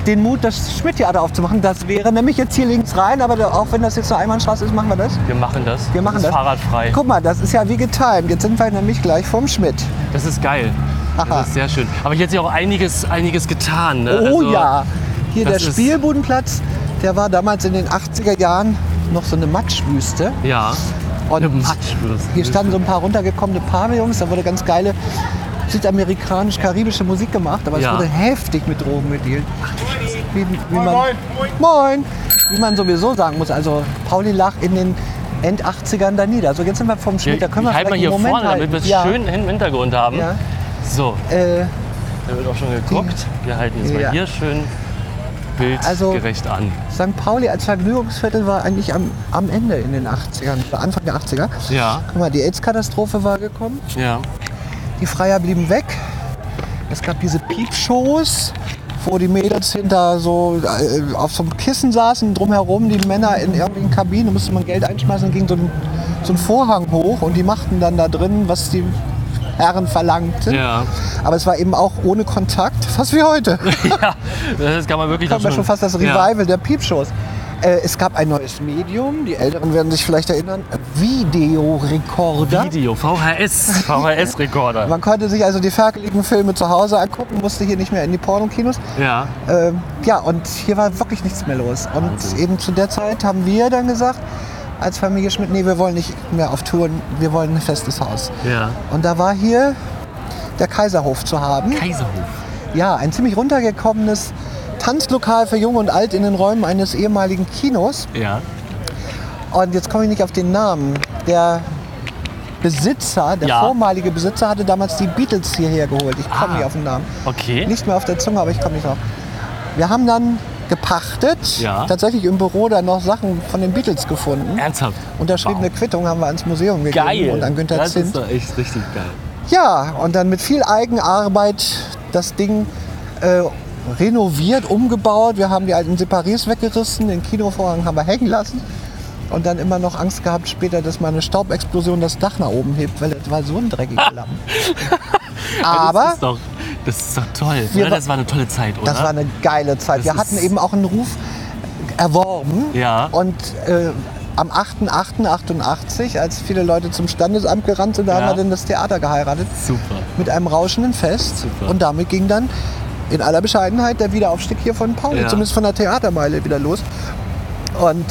[SPEAKER 1] den Mut, das Schmidt-Theater aufzumachen. Das wäre nämlich jetzt hier links rein, aber da- auch wenn das jetzt eine Einbahnstraße ist, machen wir das.
[SPEAKER 2] Wir machen das.
[SPEAKER 1] Wir machen
[SPEAKER 2] das.
[SPEAKER 1] das.
[SPEAKER 2] Ist fahrradfrei.
[SPEAKER 1] Guck mal, das ist ja wie getimed. Jetzt sind wir nämlich gleich vorm Schmidt.
[SPEAKER 2] Das ist geil.
[SPEAKER 1] Aha.
[SPEAKER 2] Das ist sehr schön. Aber hier hat sich auch einiges, einiges getan. Ne?
[SPEAKER 1] Oh
[SPEAKER 2] Also,
[SPEAKER 1] ja, hier
[SPEAKER 2] das
[SPEAKER 1] der
[SPEAKER 2] ist-
[SPEAKER 1] Spielbudenplatz, der war damals in den 80er Jahren noch so eine Matschwüste.
[SPEAKER 2] Ja.
[SPEAKER 1] Und
[SPEAKER 2] Eine Matschwürste.
[SPEAKER 1] Hier standen so ein paar runtergekommene Pavillons, da wurde ganz geile südamerikanisch-karibische Musik gemacht, aber
[SPEAKER 2] Ja.
[SPEAKER 1] es wurde heftig mit Drogen gedealt. Wie, wie man, moin, Wie man sowieso sagen muss, also Pauli lag in den End-80ern da nieder. So, jetzt sind wir vom
[SPEAKER 2] Ja,
[SPEAKER 1] Schmied, da können wir
[SPEAKER 2] ich halt
[SPEAKER 1] vielleicht
[SPEAKER 2] mal hier
[SPEAKER 1] einen
[SPEAKER 2] vorne,
[SPEAKER 1] Moment
[SPEAKER 2] damit
[SPEAKER 1] halten.
[SPEAKER 2] wir es
[SPEAKER 1] ja.
[SPEAKER 2] schön im Hintergrund haben.
[SPEAKER 1] Ja.
[SPEAKER 2] So,
[SPEAKER 1] Äh,
[SPEAKER 2] da wird auch schon geguckt. Wir halten es mal
[SPEAKER 1] Ja. Also-
[SPEAKER 2] hier schön bildgerecht an.
[SPEAKER 1] St. Pauli als Vergnügungsviertel war eigentlich am, am Ende in den 80ern, Anfang der 80er.
[SPEAKER 2] Ja.
[SPEAKER 1] Guck mal, die AIDS-Katastrophe war gekommen.
[SPEAKER 2] Ja.
[SPEAKER 1] Die Freier blieben weg. Es gab diese Peep-Shows, wo die Mädels hinter so äh, auf so einem Kissen saßen, drumherum die Männer in irgendwelchen Kabinen, da musste man Geld einschmeißen, ging so ein, so ein Vorhang hoch und die machten dann da drin, was die Herren verlangten.
[SPEAKER 2] Ja. [LAUGHS]
[SPEAKER 1] Aber es war eben auch ohne Kontakt, [LAUGHS] fast wie heute.
[SPEAKER 2] ja, das kann man wirklich
[SPEAKER 1] Kommt ja schon fast das Revival der Peep-Shows. Äh, es gab ein neues Medium, die Älteren werden sich vielleicht erinnern, Videorekorder.
[SPEAKER 2] Ja. Video, VHS,
[SPEAKER 1] [LAUGHS]
[SPEAKER 2] VHS-Rekorder.
[SPEAKER 1] Man konnte sich also die ferkeligen Filme zu Hause angucken, musste hier nicht mehr in die Pornokinos.
[SPEAKER 2] Ja.
[SPEAKER 1] Ähm, ja, und hier war wirklich nichts mehr los. Und eben zu der Zeit haben wir dann gesagt, als Familie Schmidt, nee, wir wollen nicht mehr auf Touren, wir wollen ein festes Haus.
[SPEAKER 2] Ja.
[SPEAKER 1] Und da war hier der Kaiserhof zu haben.
[SPEAKER 2] Kaiserhof.
[SPEAKER 1] Ja, ein ziemlich runtergekommenes Tanzlokal für Jung und Alt in den Räumen eines ehemaligen Kinos.
[SPEAKER 2] Ja.
[SPEAKER 1] Und jetzt komme ich nicht auf den Namen. Der Besitzer, der
[SPEAKER 2] Ja.
[SPEAKER 1] vormalige Besitzer, hatte damals die Beatles hierher geholt. Ich komme
[SPEAKER 2] Ah.
[SPEAKER 1] nicht auf den Namen.
[SPEAKER 2] Okay.
[SPEAKER 1] Nicht mehr auf der Zunge, aber ich komme nicht drauf. Wir haben dann gepachtet,
[SPEAKER 2] Ja.
[SPEAKER 1] tatsächlich im Büro dann noch Sachen von den Beatles gefunden.
[SPEAKER 2] Ernsthaft.
[SPEAKER 1] Unterschriebene Quittung haben wir ans Museum gegeben
[SPEAKER 2] Geil.
[SPEAKER 1] und an Günther
[SPEAKER 2] das ist
[SPEAKER 1] Zint.
[SPEAKER 2] doch echt richtig geil.
[SPEAKER 1] Ja, und dann mit viel Eigenarbeit das Ding äh, renoviert, umgebaut. Wir haben die alten Separés weggerissen, den Kinovorhang haben wir hängen lassen. Und dann immer noch Angst gehabt später, dass mal eine Staubexplosion das Dach nach oben hebt, weil das war so ein
[SPEAKER 2] [LAUGHS]
[SPEAKER 1] dreckiger Lappen.
[SPEAKER 2] das
[SPEAKER 1] Aber
[SPEAKER 2] ist doch, das ist doch toll.
[SPEAKER 1] Wir
[SPEAKER 2] Oder?
[SPEAKER 1] wa-
[SPEAKER 2] Das war eine tolle Zeit, oder?
[SPEAKER 1] das war eine geile Zeit.
[SPEAKER 2] Das
[SPEAKER 1] Wir hatten
[SPEAKER 2] ist-
[SPEAKER 1] eben auch einen Ruf erworben.
[SPEAKER 2] Ja.
[SPEAKER 1] Und äh, am 8.8.88, als viele Leute zum Standesamt gerannt sind, da
[SPEAKER 2] Ja.
[SPEAKER 1] haben wir dann das Theater geheiratet.
[SPEAKER 2] Super.
[SPEAKER 1] mit einem rauschenden Fest.
[SPEAKER 2] Super.
[SPEAKER 1] Und damit ging dann in aller Bescheidenheit der Wiederaufstieg hier von Pauli,
[SPEAKER 2] Ja.
[SPEAKER 1] zumindest von der Theatermeile wieder los. Und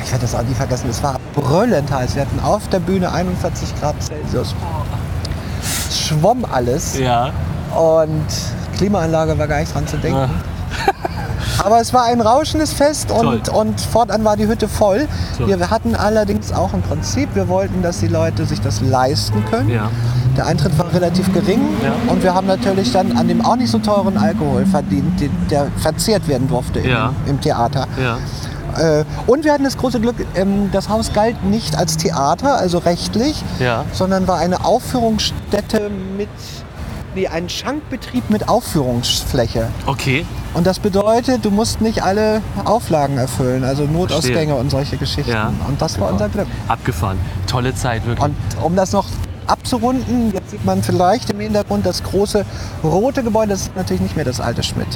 [SPEAKER 1] ich werde das auch nie vergessen, es war brüllend heiß. Wir hatten auf der Bühne 41 Grad Celsius. Es schwamm alles
[SPEAKER 2] Oh. Ja.
[SPEAKER 1] und Klimaanlage war gar nicht dran zu denken. Aber es war ein rauschendes Fest und,
[SPEAKER 2] Toll.
[SPEAKER 1] und fortan war die Hütte voll.
[SPEAKER 2] Toll.
[SPEAKER 1] Wir hatten allerdings auch ein Prinzip. Wir wollten, dass die Leute sich das leisten können.
[SPEAKER 2] Ja.
[SPEAKER 1] Der Eintritt war relativ gering
[SPEAKER 2] Ja.
[SPEAKER 1] und wir haben natürlich dann an dem auch nicht so teuren Alkohol verdient, den, der verzehrt werden durfte
[SPEAKER 2] Ja.
[SPEAKER 1] im, im Theater.
[SPEAKER 2] Ja.
[SPEAKER 1] Äh, und wir hatten das große Glück, ähm, das Haus galt nicht als Theater, also rechtlich,
[SPEAKER 2] Ja.
[SPEAKER 1] sondern war eine Aufführungsstätte mit, nee, ein Schankbetrieb mit Aufführungsfläche.
[SPEAKER 2] Okay.
[SPEAKER 1] Und das bedeutet, du musst nicht alle Auflagen erfüllen, also Notausgänge und solche Geschichten.
[SPEAKER 2] Ja. Genau.
[SPEAKER 1] Und das war unser Glück.
[SPEAKER 2] Abgefahren. Tolle Zeit, wirklich.
[SPEAKER 1] Und um das noch abzurunden, jetzt sieht man vielleicht im Hintergrund das große rote Gebäude. Das ist natürlich nicht mehr das alte Schmidt.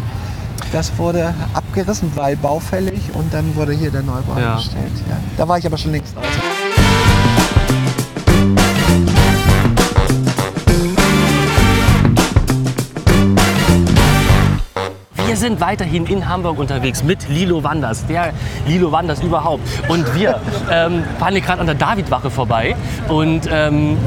[SPEAKER 1] Das wurde abgerissen, weil baufällig und dann wurde hier der Neubau
[SPEAKER 2] Ja.
[SPEAKER 1] gestellt. Ja. Da war ich aber schon längst raus.
[SPEAKER 2] Wir sind weiterhin in Hamburg unterwegs mit Lilo Wanders, der Lilo Wanders überhaupt. Und
[SPEAKER 1] [LAUGHS]
[SPEAKER 2] wir ähm, fahren hier gerade an der Davidwache vorbei und ähm,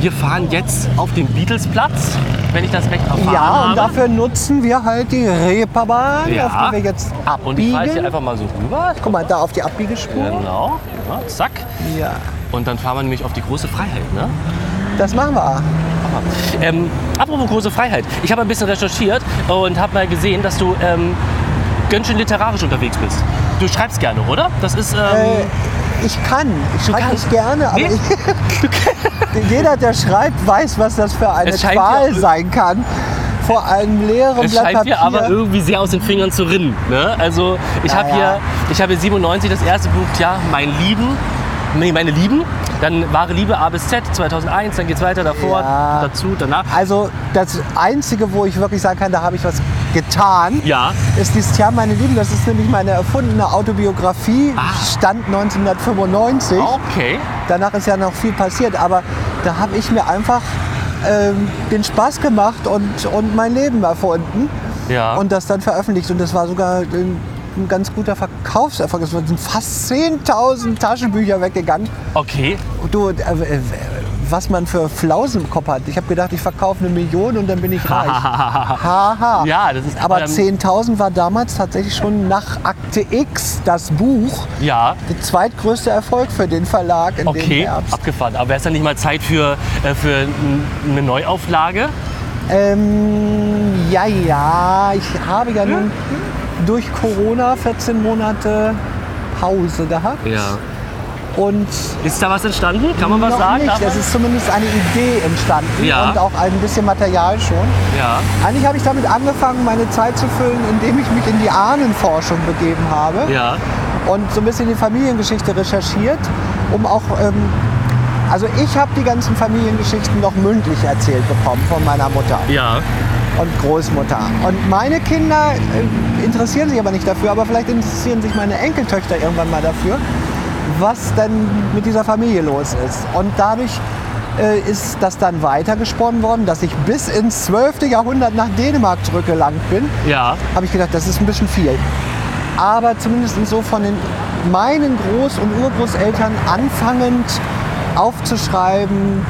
[SPEAKER 2] wir fahren jetzt auf den Beatles-Platz, wenn ich das recht erfahren
[SPEAKER 1] Ja, und
[SPEAKER 2] habe.
[SPEAKER 1] dafür nutzen wir halt die Reeperbahn,
[SPEAKER 2] Ja.
[SPEAKER 1] auf die wir jetzt
[SPEAKER 2] Und ich fahre jetzt hier
[SPEAKER 1] abbiegen.
[SPEAKER 2] einfach mal so rüber.
[SPEAKER 1] Guck mal, da auf die Abbiegeschwur.
[SPEAKER 2] Genau, ja, zack.
[SPEAKER 1] Ja.
[SPEAKER 2] Und dann fahren wir nämlich auf die große Freiheit. Ne?
[SPEAKER 1] Das machen wir.
[SPEAKER 2] Ähm, apropos große Freiheit. Ich habe ein bisschen recherchiert und habe mal gesehen, dass du ähm, ganz schön literarisch unterwegs bist. Du schreibst gerne, oder? Das ist. Ähm,
[SPEAKER 1] Äh, ich kann. Ich schreibe
[SPEAKER 2] kannst.
[SPEAKER 1] nicht gerne, aber
[SPEAKER 2] Nee.
[SPEAKER 1] ich, [LAUGHS] jeder, der schreibt, weiß, was das für eine
[SPEAKER 2] Es scheint
[SPEAKER 1] Qual
[SPEAKER 2] ja-
[SPEAKER 1] sein kann. Vor einem leeren
[SPEAKER 2] Es
[SPEAKER 1] Blatt
[SPEAKER 2] scheint
[SPEAKER 1] Papier.
[SPEAKER 2] mir aber irgendwie sehr aus den Fingern zu rinnen. Ne? Also ich habe
[SPEAKER 1] Naja.
[SPEAKER 2] hier, ich habe hier 97 das erste Buch, ja, mein Lieben, nee, meine Lieben, dann wahre Liebe A bis Z 2001, dann geht's weiter davor,
[SPEAKER 1] Ja.
[SPEAKER 2] dazu, danach.
[SPEAKER 1] also das Einzige, wo ich wirklich sagen kann, da habe ich was getan,
[SPEAKER 2] Ja,
[SPEAKER 1] ist dieses Jahr, meine Lieben, das ist nämlich meine erfundene Autobiografie,
[SPEAKER 2] Ah.
[SPEAKER 1] Stand 1995.
[SPEAKER 2] okay.
[SPEAKER 1] Danach ist ja noch viel passiert, aber da habe ich mir einfach ähm, den Spaß gemacht und, und mein Leben erfunden.
[SPEAKER 2] Ja.
[SPEAKER 1] Und das dann veröffentlicht. Und das war sogar ein, ein ganz guter Verkaufserfolg. Es sind fast 10.000 Taschenbücher weggegangen.
[SPEAKER 2] Okay, [LAUGHS]
[SPEAKER 1] Und Du, äh, äh, was man für Flausen im Kopf hat. Ich habe gedacht, ich verkaufe eine Million und dann bin ich reich. Haha.
[SPEAKER 2] Ja, das ist-
[SPEAKER 1] aber
[SPEAKER 2] ähm,
[SPEAKER 1] 10.000 war damals tatsächlich schon nach Akte X das Buch.
[SPEAKER 2] ja,
[SPEAKER 1] Der zweitgrößte Erfolg für den Verlag in dem
[SPEAKER 2] okay,
[SPEAKER 1] Herbst.
[SPEAKER 2] abgefahren. Aber wäre es dann nicht mal Zeit für, äh, für n- eine Neuauflage?
[SPEAKER 1] Ähm, ja, ja, ich habe ja nun durch Corona 14 Monate Pause gehabt. Und
[SPEAKER 2] Ist da was entstanden? Kann man was
[SPEAKER 1] noch
[SPEAKER 2] sagen? Darf
[SPEAKER 1] nicht.
[SPEAKER 2] man-
[SPEAKER 1] Es ist zumindest eine Idee entstanden
[SPEAKER 2] Ja.
[SPEAKER 1] und auch ein bisschen Material schon.
[SPEAKER 2] ja.
[SPEAKER 1] Eigentlich habe ich damit angefangen, meine Zeit zu füllen, indem ich mich in die Ahnenforschung begeben habe
[SPEAKER 2] Ja.
[SPEAKER 1] und so ein bisschen die Familiengeschichte recherchiert, um auch, ähm, also ich habe die ganzen Familiengeschichten noch mündlich erzählt bekommen von meiner Mutter
[SPEAKER 2] Ja.
[SPEAKER 1] und Großmutter. Und meine Kinder äh, interessieren sich aber nicht dafür, aber vielleicht interessieren sich meine Enkeltöchter irgendwann mal dafür, was denn mit dieser Familie los ist. Und dadurch äh, ist das dann weitergesponnen worden, dass ich bis ins 12. Jahrhundert nach Dänemark zurückgelangt bin.
[SPEAKER 2] Ja.
[SPEAKER 1] Habe ich gedacht, das ist ein bisschen viel. Aber zumindest so von den meinen Groß- und Urgroßeltern anfangend aufzuschreiben,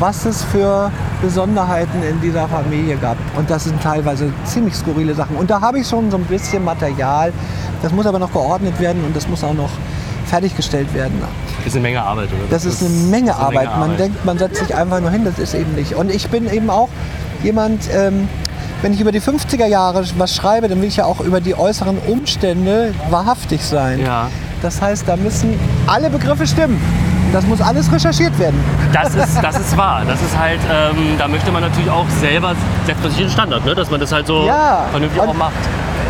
[SPEAKER 1] was es für Besonderheiten in dieser Familie gab. Und das sind teilweise ziemlich skurrile Sachen. Und da habe ich schon so ein bisschen Material. Das muss aber noch geordnet werden und das muss auch noch fertiggestellt werden.
[SPEAKER 2] Ist eine Menge Arbeit, oder?
[SPEAKER 1] Das ist eine Menge Arbeit. Man denkt, man setzt sich einfach nur hin, das ist eben nicht. Und ich bin eben auch jemand, ähm, wenn ich über die 50er Jahre was schreibe, dann will ich ja auch über die äußeren Umstände wahrhaftig sein.
[SPEAKER 2] Ja.
[SPEAKER 1] Das heißt, da müssen alle Begriffe stimmen. Und Das muss alles recherchiert werden.
[SPEAKER 2] Das ist, das ist wahr. Das ist halt, ähm, da möchte man natürlich auch selber, setzt man sich einen Standard, ne? dass man das halt so
[SPEAKER 1] Ja.
[SPEAKER 2] vernünftig
[SPEAKER 1] Und-
[SPEAKER 2] auch macht.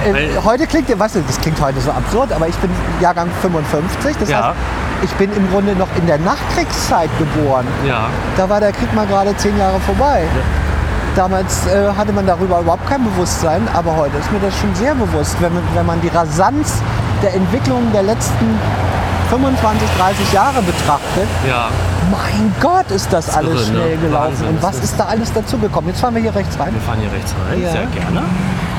[SPEAKER 1] Äh,
[SPEAKER 2] Weil-
[SPEAKER 1] heute klingt, ja- weißt du, das klingt heute so absurd, aber ich bin Jahrgang 55. Das
[SPEAKER 2] Ja.
[SPEAKER 1] heißt, ich bin im Grunde noch in der Nachkriegszeit geboren.
[SPEAKER 2] Ja,
[SPEAKER 1] Da war der Krieg mal gerade zehn Jahre vorbei. Damals äh, hatte man darüber überhaupt kein Bewusstsein, aber heute ist mir das schon sehr bewusst, wenn man, wenn man die Rasanz der Entwicklung der letzten 25, 30 Jahre betrachtet.
[SPEAKER 2] ja.
[SPEAKER 1] Mein Gott, ist das, alles
[SPEAKER 2] irre, ne?
[SPEAKER 1] schnell gelaufen.
[SPEAKER 2] Wahnsinn,
[SPEAKER 1] Und
[SPEAKER 2] das
[SPEAKER 1] was
[SPEAKER 2] ist-
[SPEAKER 1] ist da alles dazugekommen? Jetzt fahren wir hier rechts rein.
[SPEAKER 2] Wir fahren hier rechts rein,
[SPEAKER 1] Ja.
[SPEAKER 2] sehr gerne.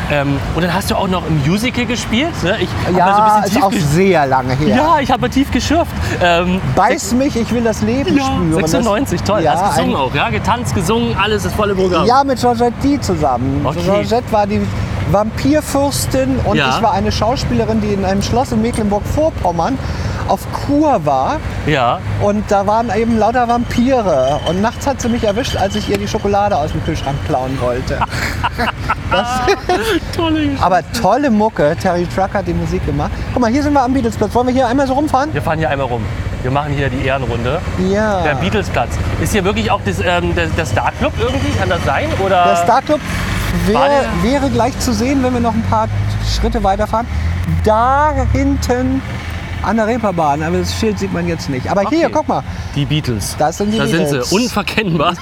[SPEAKER 2] Ähm, und dann hast du auch noch im Musical gespielt. Ne? Ich hab mal so
[SPEAKER 1] Ja,
[SPEAKER 2] ein bisschen
[SPEAKER 1] ist
[SPEAKER 2] tief
[SPEAKER 1] auch
[SPEAKER 2] gesch-
[SPEAKER 1] sehr lange her.
[SPEAKER 2] ja, ich habe mal tief geschürft. Ähm,
[SPEAKER 1] Beiß mich, ich will das Leben
[SPEAKER 2] ja,
[SPEAKER 1] spüren. Das-
[SPEAKER 2] 96, toll.
[SPEAKER 1] Ja,
[SPEAKER 2] hast gesungen
[SPEAKER 1] ein-
[SPEAKER 2] auch, ja? Getanzt, gesungen, alles das volle Programm.
[SPEAKER 1] Ja, mit Georgette D zusammen.
[SPEAKER 2] Okay.
[SPEAKER 1] Georgette war die Vampirfürstin und
[SPEAKER 2] Ja.
[SPEAKER 1] ich war eine Schauspielerin, die in einem Schloss in Mecklenburg-Vorpommern auf Kur war.
[SPEAKER 2] Ja.
[SPEAKER 1] Und da waren eben lauter Vampire. Und nachts hat sie mich erwischt, als ich ihr die Schokolade aus dem Kühlschrank klauen wollte.
[SPEAKER 2] Tolle
[SPEAKER 1] Aber [LAUGHS] tolle Mucke. Terry Truck hat die Musik gemacht. Guck mal, hier sind wir am Beatlesplatz. Wollen wir hier einmal so rumfahren?
[SPEAKER 2] Wir fahren hier einmal rum. Wir machen hier die Ehrenrunde.
[SPEAKER 1] Ja.
[SPEAKER 2] Der Beatlesplatz. Ist hier wirklich auch das, ähm, der, der Star Club irgendwie? Kann das sein? Oder?
[SPEAKER 1] Der Star Club
[SPEAKER 2] War
[SPEAKER 1] wär,
[SPEAKER 2] der-
[SPEAKER 1] wäre gleich zu sehen, wenn wir noch ein paar Schritte weiterfahren. Da hinten an der Reeperbahn. Aber das Schild sieht man jetzt nicht. Aber hier,
[SPEAKER 2] Okay.
[SPEAKER 1] guck mal.
[SPEAKER 2] Die Beatles.
[SPEAKER 1] Das sind die
[SPEAKER 2] da sind
[SPEAKER 1] Beatles. [LAUGHS]
[SPEAKER 2] sie. Unverkennbar.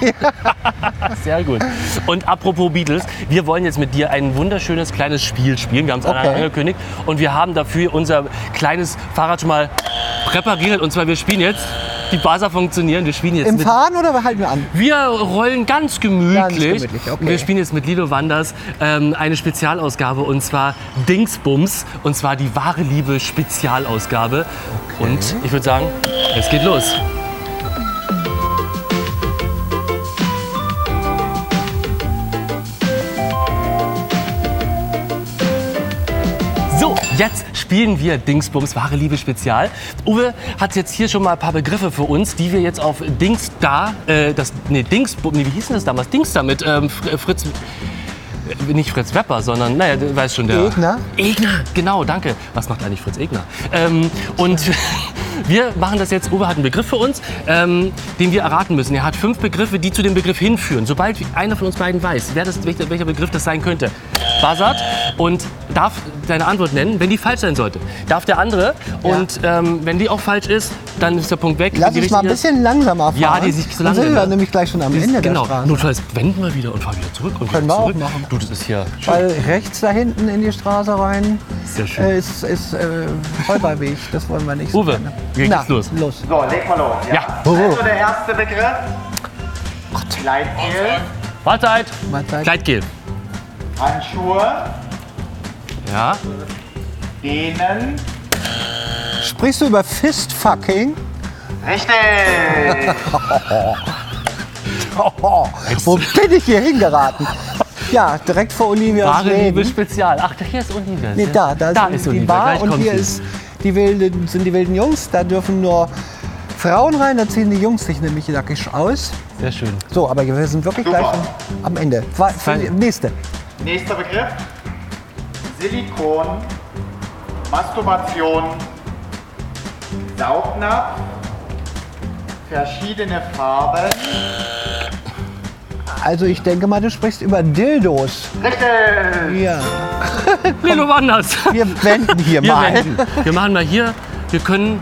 [SPEAKER 2] Sehr gut. Und apropos Beatles, wir wollen jetzt mit dir ein wunderschönes kleines Spiel spielen. Wir haben es
[SPEAKER 1] Okay.
[SPEAKER 2] angekündigt. Und wir haben dafür unser kleines Fahrrad schon mal präpariert. Und zwar, wir spielen jetzt. Die Buzzer funktionieren. Wir spielen jetzt
[SPEAKER 1] Im
[SPEAKER 2] mit.
[SPEAKER 1] Fahren oder halten wir an?
[SPEAKER 2] Wir rollen ganz gemütlich.
[SPEAKER 1] Ganz gemütlich, okay.
[SPEAKER 2] Wir spielen jetzt mit Lido Wanders ähm, eine Spezialausgabe und zwar Dingsbums und zwar die wahre Liebe Spezialausgabe. Und ich würde sagen, es geht los. So, jetzt spielen wir Dingsbums wahre Liebe Spezial. Uwe hat jetzt hier schon mal ein paar Begriffe für uns, die wir jetzt auf Dings da, äh, das, nee, Dingsbums, nee, wie hieß denn das damals? Dings da mit ähm, Fr- äh, Fritz, äh, nicht Fritz Wepper, sondern, naja, du weißt schon, der.
[SPEAKER 1] Egner?
[SPEAKER 2] Egner, genau, danke. Was macht eigentlich Fritz Egner? Ähm, und [LAUGHS] wir machen das jetzt, Uwe hat einen Begriff für uns, ähm, den wir erraten müssen. Er hat fünf Begriffe, die zu dem Begriff hinführen. Sobald einer von uns beiden weiß, wer das, welcher, welcher Begriff das sein könnte, buzzert und darf seine Antwort nennen. Wenn die falsch sein sollte, darf der andere. Und ähm, wenn die auch falsch ist, dann ist der Punkt weg. Wenn
[SPEAKER 1] Lass
[SPEAKER 2] die
[SPEAKER 1] uns mal ein
[SPEAKER 2] richtige-
[SPEAKER 1] bisschen langsamer fahren.
[SPEAKER 2] Ja, die ist nicht so lange,
[SPEAKER 1] Dann sind wir
[SPEAKER 2] ne?
[SPEAKER 1] nämlich gleich schon am Ende
[SPEAKER 2] genau.
[SPEAKER 1] der Straße.
[SPEAKER 2] Notfalls wenden wir wieder und fahren wieder zurück. Und
[SPEAKER 1] Können
[SPEAKER 2] wieder
[SPEAKER 1] wir auch
[SPEAKER 2] zurück.
[SPEAKER 1] machen.
[SPEAKER 2] Du, das ist hier schön.
[SPEAKER 1] Weil rechts da hinten in die Straße rein
[SPEAKER 2] Sehr schön.
[SPEAKER 1] äh, ist, ist äh, Räuberweg. Das wollen wir nicht. so
[SPEAKER 2] Uwe,
[SPEAKER 1] gerne.
[SPEAKER 2] geht
[SPEAKER 1] Na,
[SPEAKER 2] jetzt los.
[SPEAKER 1] los.
[SPEAKER 5] So, leg mal los.
[SPEAKER 2] Ja.
[SPEAKER 5] Also der erste Begriff. Gleitgel,
[SPEAKER 2] Mahlzeit.
[SPEAKER 1] Mahlzeit.
[SPEAKER 2] Kleidgel.
[SPEAKER 5] Handschuhe,
[SPEAKER 2] Ja.
[SPEAKER 5] Dehnen.
[SPEAKER 1] Sprichst du über
[SPEAKER 2] [LAUGHS]
[SPEAKER 1] Fistfucking?
[SPEAKER 5] Richtig.
[SPEAKER 1] Oh, wo bin ich hier hingeraten? Ja, direkt vor Olivias
[SPEAKER 2] Wahre Liebe
[SPEAKER 1] Läden.
[SPEAKER 2] Spezial. Ach, hier ist Olivia.
[SPEAKER 1] Nee, da, da,
[SPEAKER 2] ist
[SPEAKER 1] sind die
[SPEAKER 2] Olivia.
[SPEAKER 1] Bar
[SPEAKER 2] Gleich
[SPEAKER 1] und
[SPEAKER 2] kommt
[SPEAKER 1] hier
[SPEAKER 2] sie.
[SPEAKER 1] ist die wilden, sind die wilden Jungs. Da dürfen nur Frauen rein, da ziehen die Jungs sich nämlich nackig aus.
[SPEAKER 2] Sehr schön.
[SPEAKER 1] So, aber wir sind wirklich
[SPEAKER 5] Super.
[SPEAKER 1] gleich schon am Ende. Wa- für die- Nächste.
[SPEAKER 5] Nächster Begriff. Silikon, Masturbation, Saugnapf, verschiedene Farben.
[SPEAKER 1] Also ich denke mal, du sprichst über Dildos.
[SPEAKER 5] Richtig.
[SPEAKER 1] Ja.
[SPEAKER 2] Lilo Wanders.
[SPEAKER 1] Wir wenden hier
[SPEAKER 2] Wir,
[SPEAKER 1] mal.
[SPEAKER 2] wenden. wir machen mal hier. Wir können.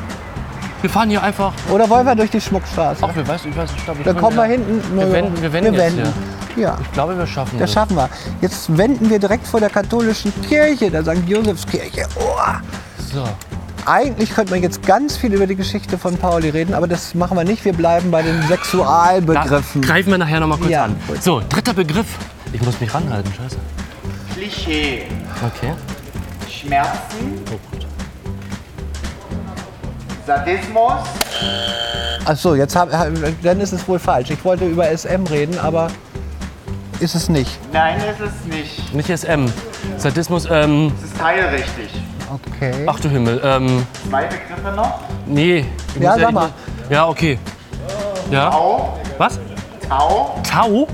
[SPEAKER 2] Wir fahren hier einfach.
[SPEAKER 1] Oder wollen wir durch die Schmuckstraße?
[SPEAKER 2] Ach, wir weiß, ich weiß nicht, ich glaube, ich
[SPEAKER 1] Dann
[SPEAKER 2] kann
[SPEAKER 1] kommen wir
[SPEAKER 2] wieder-
[SPEAKER 1] hinten.
[SPEAKER 2] Wir
[SPEAKER 1] Naja,
[SPEAKER 2] wenden, wir wenden, jetzt
[SPEAKER 1] Ja,
[SPEAKER 2] Hier. Ich glaube, wir schaffen
[SPEAKER 1] das schaffen wir. Jetzt wenden wir direkt vor der katholischen Kirche, der St. Josefskirche. Oh.
[SPEAKER 2] So.
[SPEAKER 1] Eigentlich könnte man jetzt ganz viel über die Geschichte von Pauli reden, aber das machen wir nicht. Wir bleiben bei den
[SPEAKER 2] Da
[SPEAKER 1] Sexualbegriffen.
[SPEAKER 2] greifen wir nachher noch mal kurz
[SPEAKER 1] Ja,
[SPEAKER 2] an.
[SPEAKER 1] gut.
[SPEAKER 2] So, dritter Begriff. Ich muss mich ranhalten, scheiße.
[SPEAKER 5] Klischee,
[SPEAKER 2] Okay.
[SPEAKER 5] Schmerzen, Sadismus,
[SPEAKER 1] Ach so, jetzt hab, hab- dann ist es wohl falsch. Ich wollte über SM reden, aber ist es nicht.
[SPEAKER 5] Nein, ist es nicht.
[SPEAKER 2] Nicht SM. Sadismus, ähm,
[SPEAKER 5] Es ist teilrichtig.
[SPEAKER 1] Okay.
[SPEAKER 2] ach du Himmel, ähm,
[SPEAKER 5] Zwei Begriffe noch.
[SPEAKER 2] nee. Ich
[SPEAKER 1] Ja,
[SPEAKER 2] muss
[SPEAKER 1] sag mal.
[SPEAKER 2] Ja, okay. Ja.
[SPEAKER 5] Au,
[SPEAKER 2] Was?
[SPEAKER 5] au.
[SPEAKER 2] Tau?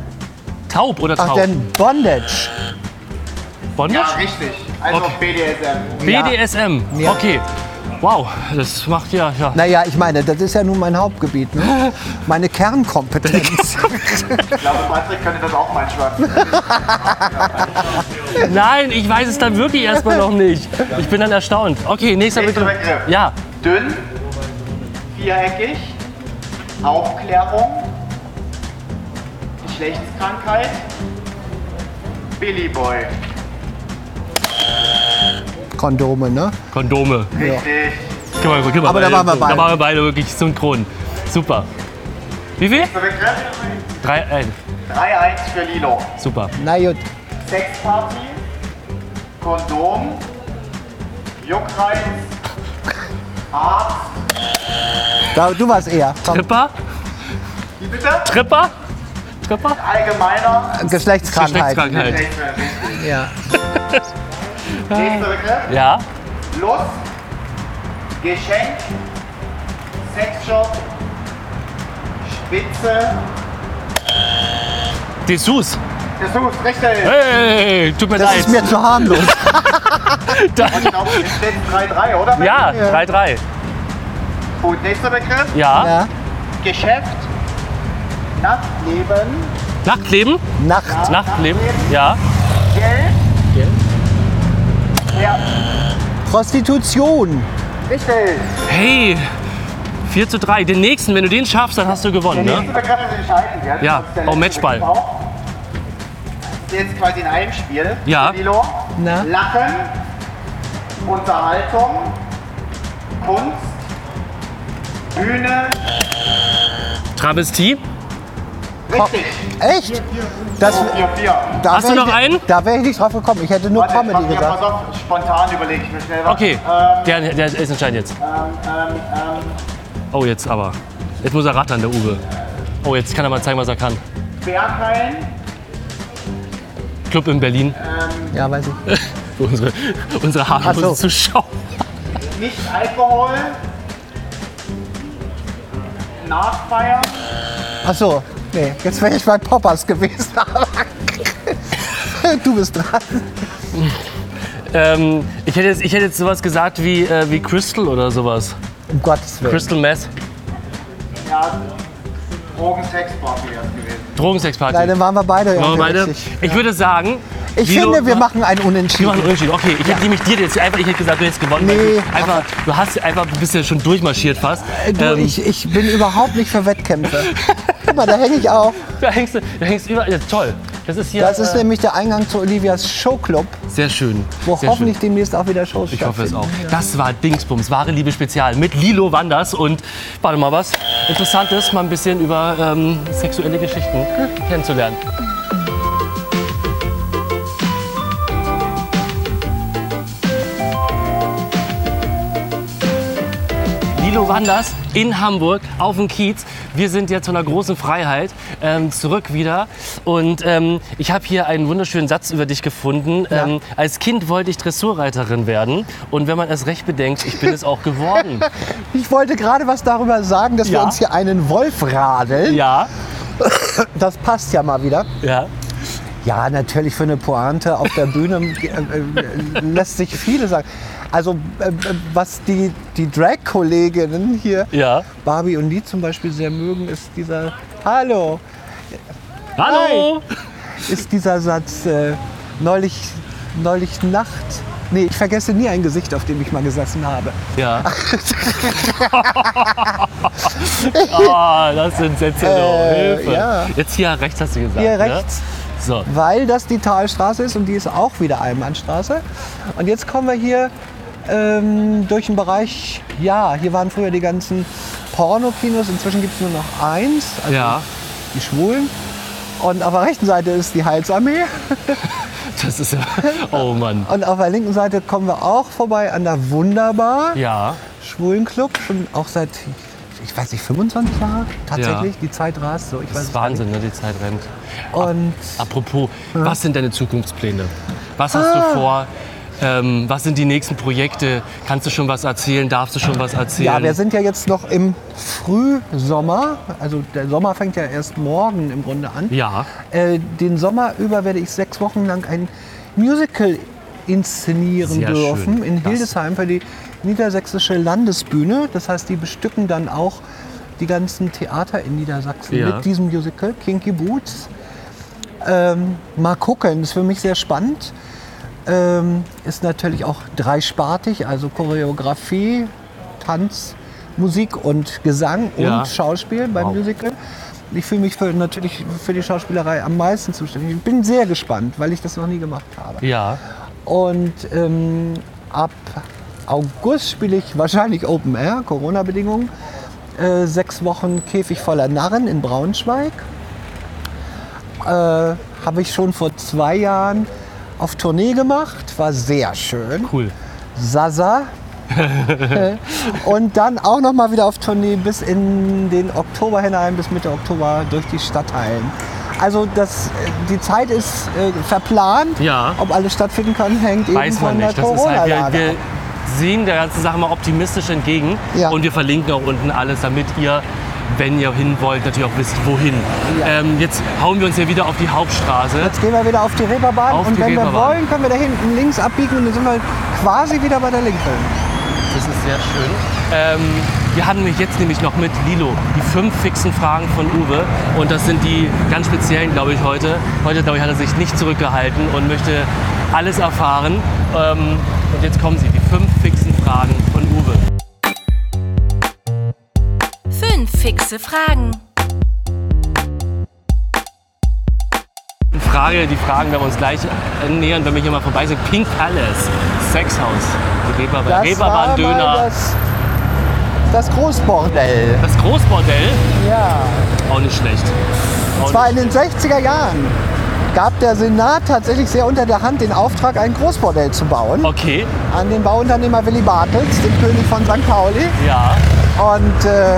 [SPEAKER 2] Taub oder
[SPEAKER 1] Ach,
[SPEAKER 2] taub?
[SPEAKER 1] denn Bondage.
[SPEAKER 2] Bondage?
[SPEAKER 5] Ja, richtig. Also
[SPEAKER 2] Okay.
[SPEAKER 5] BDSM.
[SPEAKER 1] Ja.
[SPEAKER 2] BDSM.
[SPEAKER 1] Ja.
[SPEAKER 2] Okay. Wow, das macht ja, ja.
[SPEAKER 1] Naja, ich meine, das ist ja nun mein Hauptgebiet. [LAUGHS] Ne? Meine Kernkompetenz.
[SPEAKER 5] Ich glaube, Patrick könnte das auch manchmal.
[SPEAKER 2] Nein, ich weiß es dann wirklich erstmal noch nicht. Ich bin dann erstaunt. Okay, nächster
[SPEAKER 5] Nächster
[SPEAKER 2] Begriff.
[SPEAKER 5] Begriff.
[SPEAKER 2] Ja,
[SPEAKER 5] Dünn, viereckig, Aufklärung, Geschlechtskrankheit, Billy Boy.
[SPEAKER 1] Kondome, ne?
[SPEAKER 2] Kondome.
[SPEAKER 5] Richtig.
[SPEAKER 2] Guck mal, guck mal, äh,
[SPEAKER 1] Aber da waren wir beide.
[SPEAKER 2] Da waren wir beide wirklich synchron. Super. Wie viel?
[SPEAKER 5] Nächster Begriff,
[SPEAKER 2] Drei, ein.
[SPEAKER 5] 3-1 für Lilo.
[SPEAKER 2] Super.
[SPEAKER 1] Na gut.
[SPEAKER 5] Sexparty, Kondom, Juckreiz, Arzt.
[SPEAKER 1] Da, du warst eher. Komm,
[SPEAKER 2] Tripper?
[SPEAKER 5] Wie bitte?
[SPEAKER 2] Tripper? Tripper?
[SPEAKER 5] Allgemeiner.
[SPEAKER 1] Geschlechtskrankheit.
[SPEAKER 2] Geschlechtskrankheit.
[SPEAKER 5] Richtig.
[SPEAKER 1] Ja.
[SPEAKER 5] Nächster Begriff.
[SPEAKER 2] Ja?
[SPEAKER 5] Lust, Geschenk, Sexshop, Spitze.
[SPEAKER 2] Dessous.
[SPEAKER 5] Dessous, richtig.
[SPEAKER 2] Hey, tut mir
[SPEAKER 1] Das
[SPEAKER 2] leid.
[SPEAKER 1] ist mir zu harmlos.
[SPEAKER 5] Ich glaube, es steht 3-3, oder?
[SPEAKER 2] [LAUGHS] ja,
[SPEAKER 1] Ja.
[SPEAKER 2] 3-3.
[SPEAKER 5] Gut, nächster Begriff.
[SPEAKER 2] Ja.
[SPEAKER 1] Ja.
[SPEAKER 5] Geschäft, Nachtleben,
[SPEAKER 2] Nachtleben?
[SPEAKER 1] Nacht.
[SPEAKER 2] Nachtleben? Ja.
[SPEAKER 5] Geld.
[SPEAKER 2] Geld.
[SPEAKER 5] Ja,
[SPEAKER 1] Prostitution.
[SPEAKER 5] richtig.
[SPEAKER 2] Hey, 4 zu 3. Den nächsten, wenn du den schaffst, dann hast du gewonnen,
[SPEAKER 5] Der
[SPEAKER 2] ne?
[SPEAKER 5] nächste Begriff ist entscheidend. Ja, Das
[SPEAKER 2] Ja,
[SPEAKER 5] ist der
[SPEAKER 2] oh,
[SPEAKER 5] letzte
[SPEAKER 2] Matchball.
[SPEAKER 5] Begriff auch. Das ist Jetzt quasi in einem Spiel.
[SPEAKER 2] Ja.
[SPEAKER 5] Lilo.
[SPEAKER 1] Na?
[SPEAKER 5] Lachen, Unterhaltung, Kunst, Bühne.
[SPEAKER 2] Travestie?
[SPEAKER 5] Richtig.
[SPEAKER 1] Echt? Das,
[SPEAKER 5] Oh, vier, vier.
[SPEAKER 1] da
[SPEAKER 2] Hast
[SPEAKER 1] wär
[SPEAKER 2] du
[SPEAKER 1] ich-
[SPEAKER 2] noch einen?
[SPEAKER 1] Da wäre ich nicht drauf gekommen. Ich hätte nur
[SPEAKER 5] Warte, ich hab
[SPEAKER 1] Comedy
[SPEAKER 5] mir
[SPEAKER 1] gesagt.
[SPEAKER 5] pass auf, spontan überlegt. Ich will schnell was.
[SPEAKER 2] Okay,
[SPEAKER 5] Ähm,
[SPEAKER 2] der, der ist entscheidend jetzt.
[SPEAKER 5] ähm, ähm,
[SPEAKER 2] Oh, jetzt aber. Jetzt muss er rattern, der Uwe. Oh, jetzt kann er mal zeigen, was er kann.
[SPEAKER 5] Berghain,
[SPEAKER 2] Club in Berlin. [LAUGHS]
[SPEAKER 1] Ja, weiß ich.
[SPEAKER 2] Für unsere, unsere
[SPEAKER 1] Ach
[SPEAKER 2] harmlosen
[SPEAKER 1] so.
[SPEAKER 2] Zuschauer.
[SPEAKER 5] nicht Alkohol, Nachfeiern.
[SPEAKER 1] Ach so. Nee, jetzt wäre ich bei Poppers gewesen. [LAUGHS] aber- du bist dran.
[SPEAKER 2] Ähm, ich, hätte jetzt, ich hätte jetzt sowas gesagt wie, äh, wie Crystal oder sowas.
[SPEAKER 1] Um Gottes Willen.
[SPEAKER 2] Crystal Meth.
[SPEAKER 5] Ja, Drogen, Sex, Barbie ist gewesen.
[SPEAKER 2] Drogensexparty.
[SPEAKER 1] Nein, dann waren wir beide.
[SPEAKER 2] Machen wir
[SPEAKER 1] irgendwie
[SPEAKER 2] beide.
[SPEAKER 1] richtig.
[SPEAKER 2] Ich würde sagen.
[SPEAKER 1] Ich
[SPEAKER 2] Lilo-
[SPEAKER 1] finde, wir machen einen
[SPEAKER 2] Wir machen
[SPEAKER 1] Unentschieden.
[SPEAKER 2] Unentschieden. Okay, ich hätte nämlich dir jetzt einfach, ich hätte gesagt, du hättest gewonnen. weil
[SPEAKER 1] Nee.
[SPEAKER 2] du, einfach, du hast einfach ein bisschen schon durchmarschiert fast.
[SPEAKER 1] Äh, Du,
[SPEAKER 2] Ähm,
[SPEAKER 1] ich, ich bin überhaupt nicht für Wettkämpfe. Guck mal, da hänge ich auch.
[SPEAKER 2] da hängst du, da hängst du überall. Ja, toll. Das ist hier.
[SPEAKER 1] Das ist
[SPEAKER 2] äh,
[SPEAKER 1] nämlich der Eingang zu Olivias Showclub,
[SPEAKER 2] sehr schön.
[SPEAKER 1] wo
[SPEAKER 2] sehr schön.
[SPEAKER 1] hoffentlich demnächst auch wieder Shows
[SPEAKER 2] Ich hoffe es auch.
[SPEAKER 1] stattfinden.
[SPEAKER 2] Das war Dingsbums, wahre Liebe Spezial mit Lilo Wanders und warte mal was Interessantes, mal ein bisschen über ähm, sexuelle Geschichten kennenzulernen. Lilo Wanders in Hamburg auf dem Kiez. Wir sind jetzt von der großen Freiheit ähm, zurück wieder. Und ähm, ich habe hier einen wunderschönen Satz über dich gefunden. Ähm, als Kind wollte ich Dressurreiterin werden. Und wenn man es recht bedenkt, ich bin es
[SPEAKER 1] [LAUGHS]
[SPEAKER 2] auch geworden.
[SPEAKER 1] Ich wollte gerade was darüber sagen, dass
[SPEAKER 2] Ja.
[SPEAKER 1] wir uns hier einen Wolf radeln.
[SPEAKER 2] Ja,
[SPEAKER 1] Das passt ja mal wieder.
[SPEAKER 2] ja.
[SPEAKER 1] Ja, natürlich für eine Pointe auf der Bühne äh, äh, lässt sich viele sagen. Also äh, äh, was die, die Drag-Kolleginnen hier,
[SPEAKER 2] Ja.
[SPEAKER 1] Barbie und die zum Beispiel sehr mögen, ist dieser Hallo,
[SPEAKER 2] Hallo!
[SPEAKER 1] ist dieser Satz äh, neulich, neulich Nacht. Nee, ich vergesse nie ein Gesicht, auf dem ich mal gesessen habe. [LAUGHS]
[SPEAKER 2] Ja. Ah, das sind Sätze.
[SPEAKER 1] Äh,
[SPEAKER 2] Äh, Hilfe.
[SPEAKER 1] ja.
[SPEAKER 2] Jetzt hier rechts hast du gesagt.
[SPEAKER 1] Hier
[SPEAKER 2] ne?
[SPEAKER 1] rechts.
[SPEAKER 2] So.
[SPEAKER 1] weil das die Talstraße ist und die ist auch wieder Almannstraße. Und jetzt kommen wir hier ähm, durch den Bereich, ja, hier waren früher die ganzen Pornokinos, inzwischen gibt es nur noch eins, also
[SPEAKER 2] Ja,
[SPEAKER 1] die Schwulen. Und auf der rechten Seite ist die Heilsarmee
[SPEAKER 2] das
[SPEAKER 1] [LAUGHS]
[SPEAKER 2] ist ja. Oh Mann.
[SPEAKER 1] und auf der linken Seite kommen wir auch vorbei an der Wunderbar
[SPEAKER 2] Ja.
[SPEAKER 1] Schwulenclub, schon auch seit, ich weiß nicht, 25 Jahre tatsächlich, die Zeit rast so, ich
[SPEAKER 2] Das
[SPEAKER 1] weiß
[SPEAKER 2] ist
[SPEAKER 1] es gar
[SPEAKER 2] Wahnsinn, ne? die Zeit rennt.
[SPEAKER 1] nicht. Und
[SPEAKER 2] Apropos, was sind deine Zukunftspläne? Was
[SPEAKER 1] Ah.
[SPEAKER 2] hast du vor? Ähm, was sind die nächsten Projekte? Kannst du schon was erzählen? Darfst du schon was erzählen?
[SPEAKER 1] Ja, wir sind ja jetzt noch im Frühsommer. Also der Sommer fängt ja erst morgen im Grunde an.
[SPEAKER 2] Ja.
[SPEAKER 1] Äh, den Sommer über werde ich sechs Wochen lang ein Musical inszenieren
[SPEAKER 2] Sehr
[SPEAKER 1] dürfen
[SPEAKER 2] schön.
[SPEAKER 1] in
[SPEAKER 2] Das-
[SPEAKER 1] Hildesheim für die niedersächsische Landesbühne. Das heißt, die bestücken dann auch die ganzen Theater in Niedersachsen
[SPEAKER 2] Ja.
[SPEAKER 1] mit diesem Musical, Kinky Boots. Ähm, mal gucken, ist für mich sehr spannend. Ähm, ist natürlich auch dreispartig, also Choreografie, Tanz, Musik und Gesang
[SPEAKER 2] Ja.
[SPEAKER 1] und Schauspiel beim
[SPEAKER 2] Wow.
[SPEAKER 1] Musical. Ich fühle mich für, natürlich für die Schauspielerei am meisten zuständig. Ich bin sehr gespannt, weil ich das noch nie gemacht habe.
[SPEAKER 2] Ja.
[SPEAKER 1] Und ähm, ab August spiele ich wahrscheinlich Open Air, Corona-Bedingungen. Äh, sechs Wochen Käfig voller Narren in Braunschweig. Äh, Habe ich schon vor zwei Jahren auf Tournee gemacht. War sehr schön.
[SPEAKER 2] Cool.
[SPEAKER 1] Sasa. und dann auch noch mal wieder auf Tournee bis in den Oktober hinein, bis Mitte Oktober durch die Stadtteilen. Also das, äh, die Zeit ist äh, verplant.
[SPEAKER 2] Ja.
[SPEAKER 1] Ob alles stattfinden kann, hängt eben
[SPEAKER 2] Weiß man
[SPEAKER 1] von
[SPEAKER 2] nicht.
[SPEAKER 1] der
[SPEAKER 2] Das ist halt, wir,
[SPEAKER 1] Corona-Lage.
[SPEAKER 2] wir
[SPEAKER 1] ab.
[SPEAKER 2] sehen der ganzen Sache mal optimistisch entgegen.
[SPEAKER 1] Ja.
[SPEAKER 2] Und wir verlinken auch unten alles, damit ihr, wenn ihr hin wollt, natürlich auch wisst, wohin. Ähm, jetzt hauen wir uns hier wieder auf die Hauptstraße.
[SPEAKER 1] Jetzt gehen wir wieder auf die Reeperbahn
[SPEAKER 2] Auf
[SPEAKER 1] und
[SPEAKER 2] die
[SPEAKER 1] wenn wir
[SPEAKER 2] Reeperbahn.
[SPEAKER 1] wollen, können wir da hinten links abbiegen und dann sind wir quasi wieder bei der linken.
[SPEAKER 2] Das ist sehr schön. Ähm, wir haben nämlich jetzt nämlich noch mit Lilo die fünf fixen Fragen von Uwe. Und das sind die ganz speziellen, glaube ich, heute. Heute, glaube ich, hat er sich nicht zurückgehalten und möchte alles erfahren. Ähm, und jetzt kommen sie, die fünf fixen Fragen von Uwe.
[SPEAKER 4] Fünf fixe Fragen.
[SPEAKER 2] Frage, die Fragen werden wir uns gleich nähern, wenn wir hier mal vorbei sind. Pink Palace, Sexhaus, die Reeperbahn,
[SPEAKER 1] Das war
[SPEAKER 2] Reeperbahn
[SPEAKER 1] mal
[SPEAKER 2] Döner,
[SPEAKER 1] Das, das Großbordell.
[SPEAKER 2] das Großbordell,
[SPEAKER 1] Ja.
[SPEAKER 2] auch nicht schlecht. Auch
[SPEAKER 1] Zwar in
[SPEAKER 2] nicht-
[SPEAKER 1] den 60er Jahren gab der Senat tatsächlich sehr unter der Hand den Auftrag, ein Großbordell zu bauen.
[SPEAKER 2] Okay,
[SPEAKER 1] An den Bauunternehmer Willy Bartels, den König von St. Pauli.
[SPEAKER 2] ja.
[SPEAKER 1] Und äh,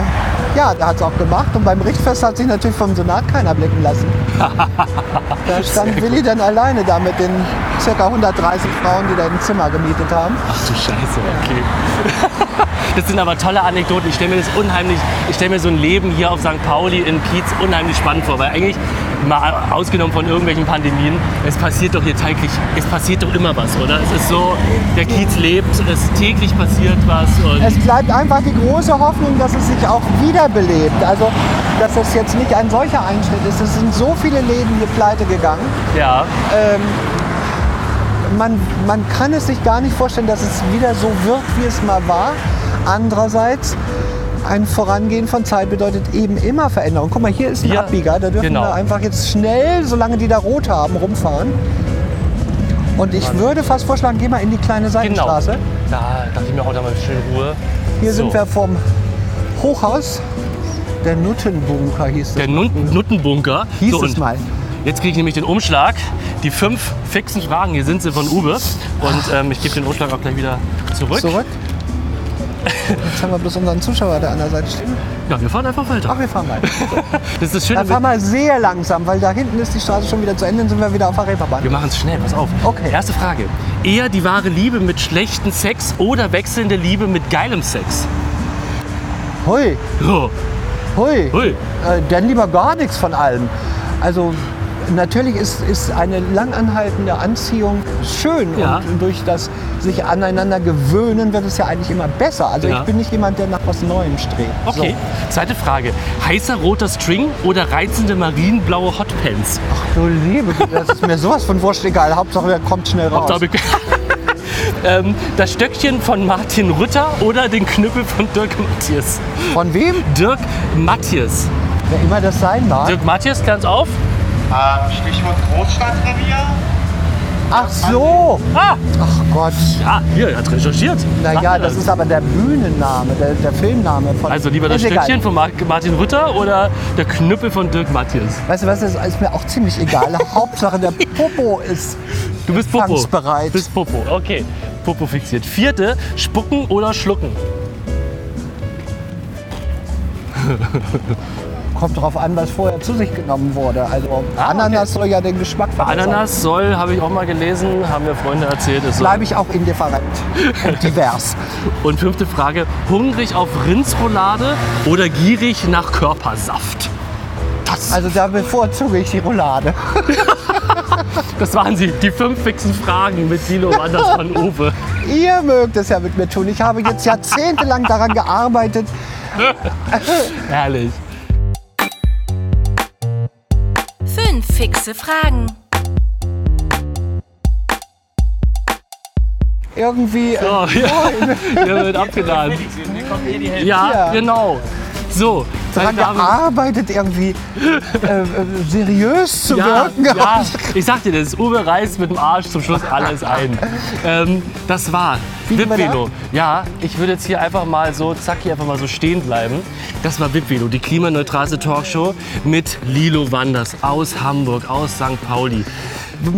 [SPEAKER 1] ja, der hat es auch gemacht. Und beim Richtfest hat sich natürlich vom Senat keiner blicken lassen. da stand Willy dann alleine da mit den ca. 130 Frauen, die da ein Zimmer gemietet haben.
[SPEAKER 2] Ach du Scheiße, okay. [LAUGHS] Das sind aber tolle Anekdoten. Ich stelle mir das unheimlich, ich stelle mir so ein Leben hier auf St. Pauli in Kiez unheimlich spannend vor, weil eigentlich, mal ausgenommen von irgendwelchen Pandemien, es passiert doch hier täglich, es passiert doch immer was, oder? Es ist so, der Kiez lebt, es täglich passiert was und
[SPEAKER 1] Es bleibt einfach die große Hoffnung, dass es sich auch wiederbelebt. Also, dass es jetzt nicht ein solcher Einschnitt ist. Es sind so viele Läden hier pleite gegangen.
[SPEAKER 2] ja.
[SPEAKER 1] Ähm, man, man kann es sich gar nicht vorstellen, dass es wieder so wird, wie es mal war. Andererseits, ein Vorangehen von Zeit bedeutet eben immer Veränderung. Guck mal, hier ist ein
[SPEAKER 2] Ja,
[SPEAKER 1] Abbieger, da dürfen
[SPEAKER 2] genau.
[SPEAKER 1] wir einfach jetzt schnell, solange die da rot haben, rumfahren. Und ich würde fast vorschlagen, geh mal in die kleine
[SPEAKER 2] Genau.
[SPEAKER 1] Seitenstraße.
[SPEAKER 2] Da dachte ich mir auch da mal schön Ruhe.
[SPEAKER 1] Hier
[SPEAKER 2] So.
[SPEAKER 1] sind wir vom Hochhaus. Der Nuttenbunker hieß
[SPEAKER 2] Der
[SPEAKER 1] es.
[SPEAKER 2] Nun- Nuttenbunker.
[SPEAKER 1] Hieß es mal.
[SPEAKER 2] Jetzt kriege ich nämlich den Umschlag. Die fünf fixen Fragen, hier sind sie von Uwe. Und ähm, ich gebe den Umschlag auch gleich wieder zurück.
[SPEAKER 1] Ah. Zurück. Jetzt haben wir bloß unseren Zuschauer, der an der Seite steht.
[SPEAKER 2] Ja, wir fahren einfach weiter.
[SPEAKER 1] Ach, wir fahren weiter.
[SPEAKER 2] Das ist schön.
[SPEAKER 1] Dann fahren wir sehr langsam, weil da hinten ist die Straße schon wieder zu Ende, dann sind wir wieder auf der Reeperbahn.
[SPEAKER 2] Wir machen es schnell, pass auf.
[SPEAKER 1] Okay.
[SPEAKER 2] Erste Frage. Eher die wahre Liebe mit schlechtem Sex oder wechselnde Liebe mit geilem Sex?
[SPEAKER 1] Hui,
[SPEAKER 2] Oh,
[SPEAKER 1] hui.
[SPEAKER 2] Hui.
[SPEAKER 1] Äh, dann lieber gar nichts von allem. Also natürlich ist, ist eine langanhaltende Anziehung schön
[SPEAKER 2] Ja.
[SPEAKER 1] und durch das sich aneinander gewöhnen wird es ja eigentlich immer besser. Also
[SPEAKER 2] Ja.
[SPEAKER 1] ich bin nicht jemand, der nach was Neuem strebt.
[SPEAKER 2] okay. Zweite Frage. Heißer roter String oder reizende marienblaue Hotpants?
[SPEAKER 1] So. Du liebe Güte, das ist mir sowas von wurscht egal. Hauptsache, der kommt schnell raus.
[SPEAKER 2] Hauptsache- [LAUGHS] ähm, das Stöckchen von Martin Rütter oder den Knüppel von Dirk Matthias?
[SPEAKER 1] Von wem?
[SPEAKER 2] Dirk Matthias.
[SPEAKER 1] Wer immer das sein mag.
[SPEAKER 2] Dirk Matthias, ganz auf.
[SPEAKER 5] Ähm, Stichwort Großstadtrevier.
[SPEAKER 1] Ach so.
[SPEAKER 2] Ah,
[SPEAKER 1] Ach Gott.
[SPEAKER 2] ja, hier, er hat recherchiert. Macht
[SPEAKER 1] Naja,
[SPEAKER 2] er
[SPEAKER 1] das ist aber der Bühnenname, der, der Filmname von.
[SPEAKER 2] Also lieber das
[SPEAKER 1] Ist egal.
[SPEAKER 2] Stöckchen von Mar- Martin Rütter oder der Knüppel von Dirk Matthias?
[SPEAKER 1] Weißt du was, das ist mir auch ziemlich egal. [LAUGHS] Hauptsache der Popo ist.
[SPEAKER 2] Du bist Popo.
[SPEAKER 1] Empfangsbereit.
[SPEAKER 2] Bist Popo, okay. Popo fixiert. Vierte, spucken oder schlucken?
[SPEAKER 1] Kommt drauf an, was vorher zu sich genommen wurde. Also Ananas soll ja den Geschmack verbessern.
[SPEAKER 2] Ah, Ananas soll, habe ich auch mal gelesen, haben mir Freunde erzählt, es soll.
[SPEAKER 1] Bleibe ich auch indifferent und divers.
[SPEAKER 2] Und fünfte Frage, hungrig auf Rindsroulade oder gierig nach Körpersaft? Das,
[SPEAKER 1] Also da bevorzuge ich die Roulade.
[SPEAKER 2] das waren sie, die fünf fixen Fragen mit Silo Wanders von Uwe.
[SPEAKER 1] Ihr mögt es ja mit mir tun. Ich habe jetzt jahrzehntelang daran gearbeitet.
[SPEAKER 2] Herrlich.
[SPEAKER 4] Fünf fixe Fragen.
[SPEAKER 1] Irgendwie äh,
[SPEAKER 2] Oh, ja. Hier wird abgeladen. Ja,
[SPEAKER 1] Ja.
[SPEAKER 2] genau. So,
[SPEAKER 1] daran
[SPEAKER 2] meine Damen-
[SPEAKER 1] gearbeitet, irgendwie äh, äh, seriös zu
[SPEAKER 2] Ja,
[SPEAKER 1] wirken.
[SPEAKER 2] ja, ich sag dir das, Uwe reißt mit dem Arsch zum Schluss alles ein. ähm, das war
[SPEAKER 1] Fliegen wir
[SPEAKER 2] Wipvelo. Ja, ich würde jetzt hier einfach mal so, zack, hier einfach mal so stehen bleiben. Das war Wipvelo, die klimaneutralste Talkshow mit Lilo Wanders aus Hamburg, aus St. Pauli.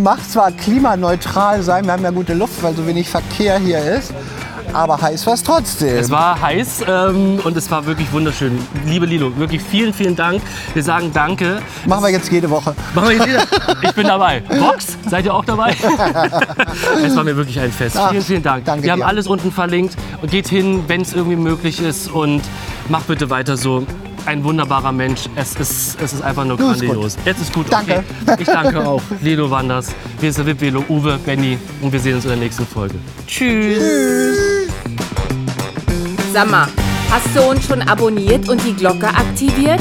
[SPEAKER 1] mag zwar klimaneutral sein, wir haben ja gute Luft, weil so wenig Verkehr hier ist, Aber heiß war es trotzdem.
[SPEAKER 2] Es war heiß ähm, und es war wirklich wunderschön. Liebe Lilo, wirklich vielen, vielen Dank. Wir sagen Danke.
[SPEAKER 1] Machen wir jetzt jede Woche.
[SPEAKER 2] Machen wir jetzt wieder. Ich bin dabei. Box, seid ihr
[SPEAKER 1] [LAUGHS]
[SPEAKER 2] auch dabei? es war mir wirklich ein Fest.
[SPEAKER 1] Ach,
[SPEAKER 2] vielen, vielen Dank.
[SPEAKER 1] danke
[SPEAKER 2] wir haben
[SPEAKER 1] dir.
[SPEAKER 2] alles unten verlinkt. Geht hin, wenn es irgendwie möglich ist und macht bitte weiter so. Ein wunderbarer Mensch. Es ist, es ist einfach nur
[SPEAKER 1] Du, ist
[SPEAKER 2] grandios. Jetzt ist gut.
[SPEAKER 1] Danke.
[SPEAKER 2] Okay. Ich danke auch. Lilo Wanders. Wir sind Wip, Velo, Uwe, Benny und wir sehen uns in der nächsten Folge.
[SPEAKER 4] Sag mal, hast du uns schon abonniert und die Glocke aktiviert?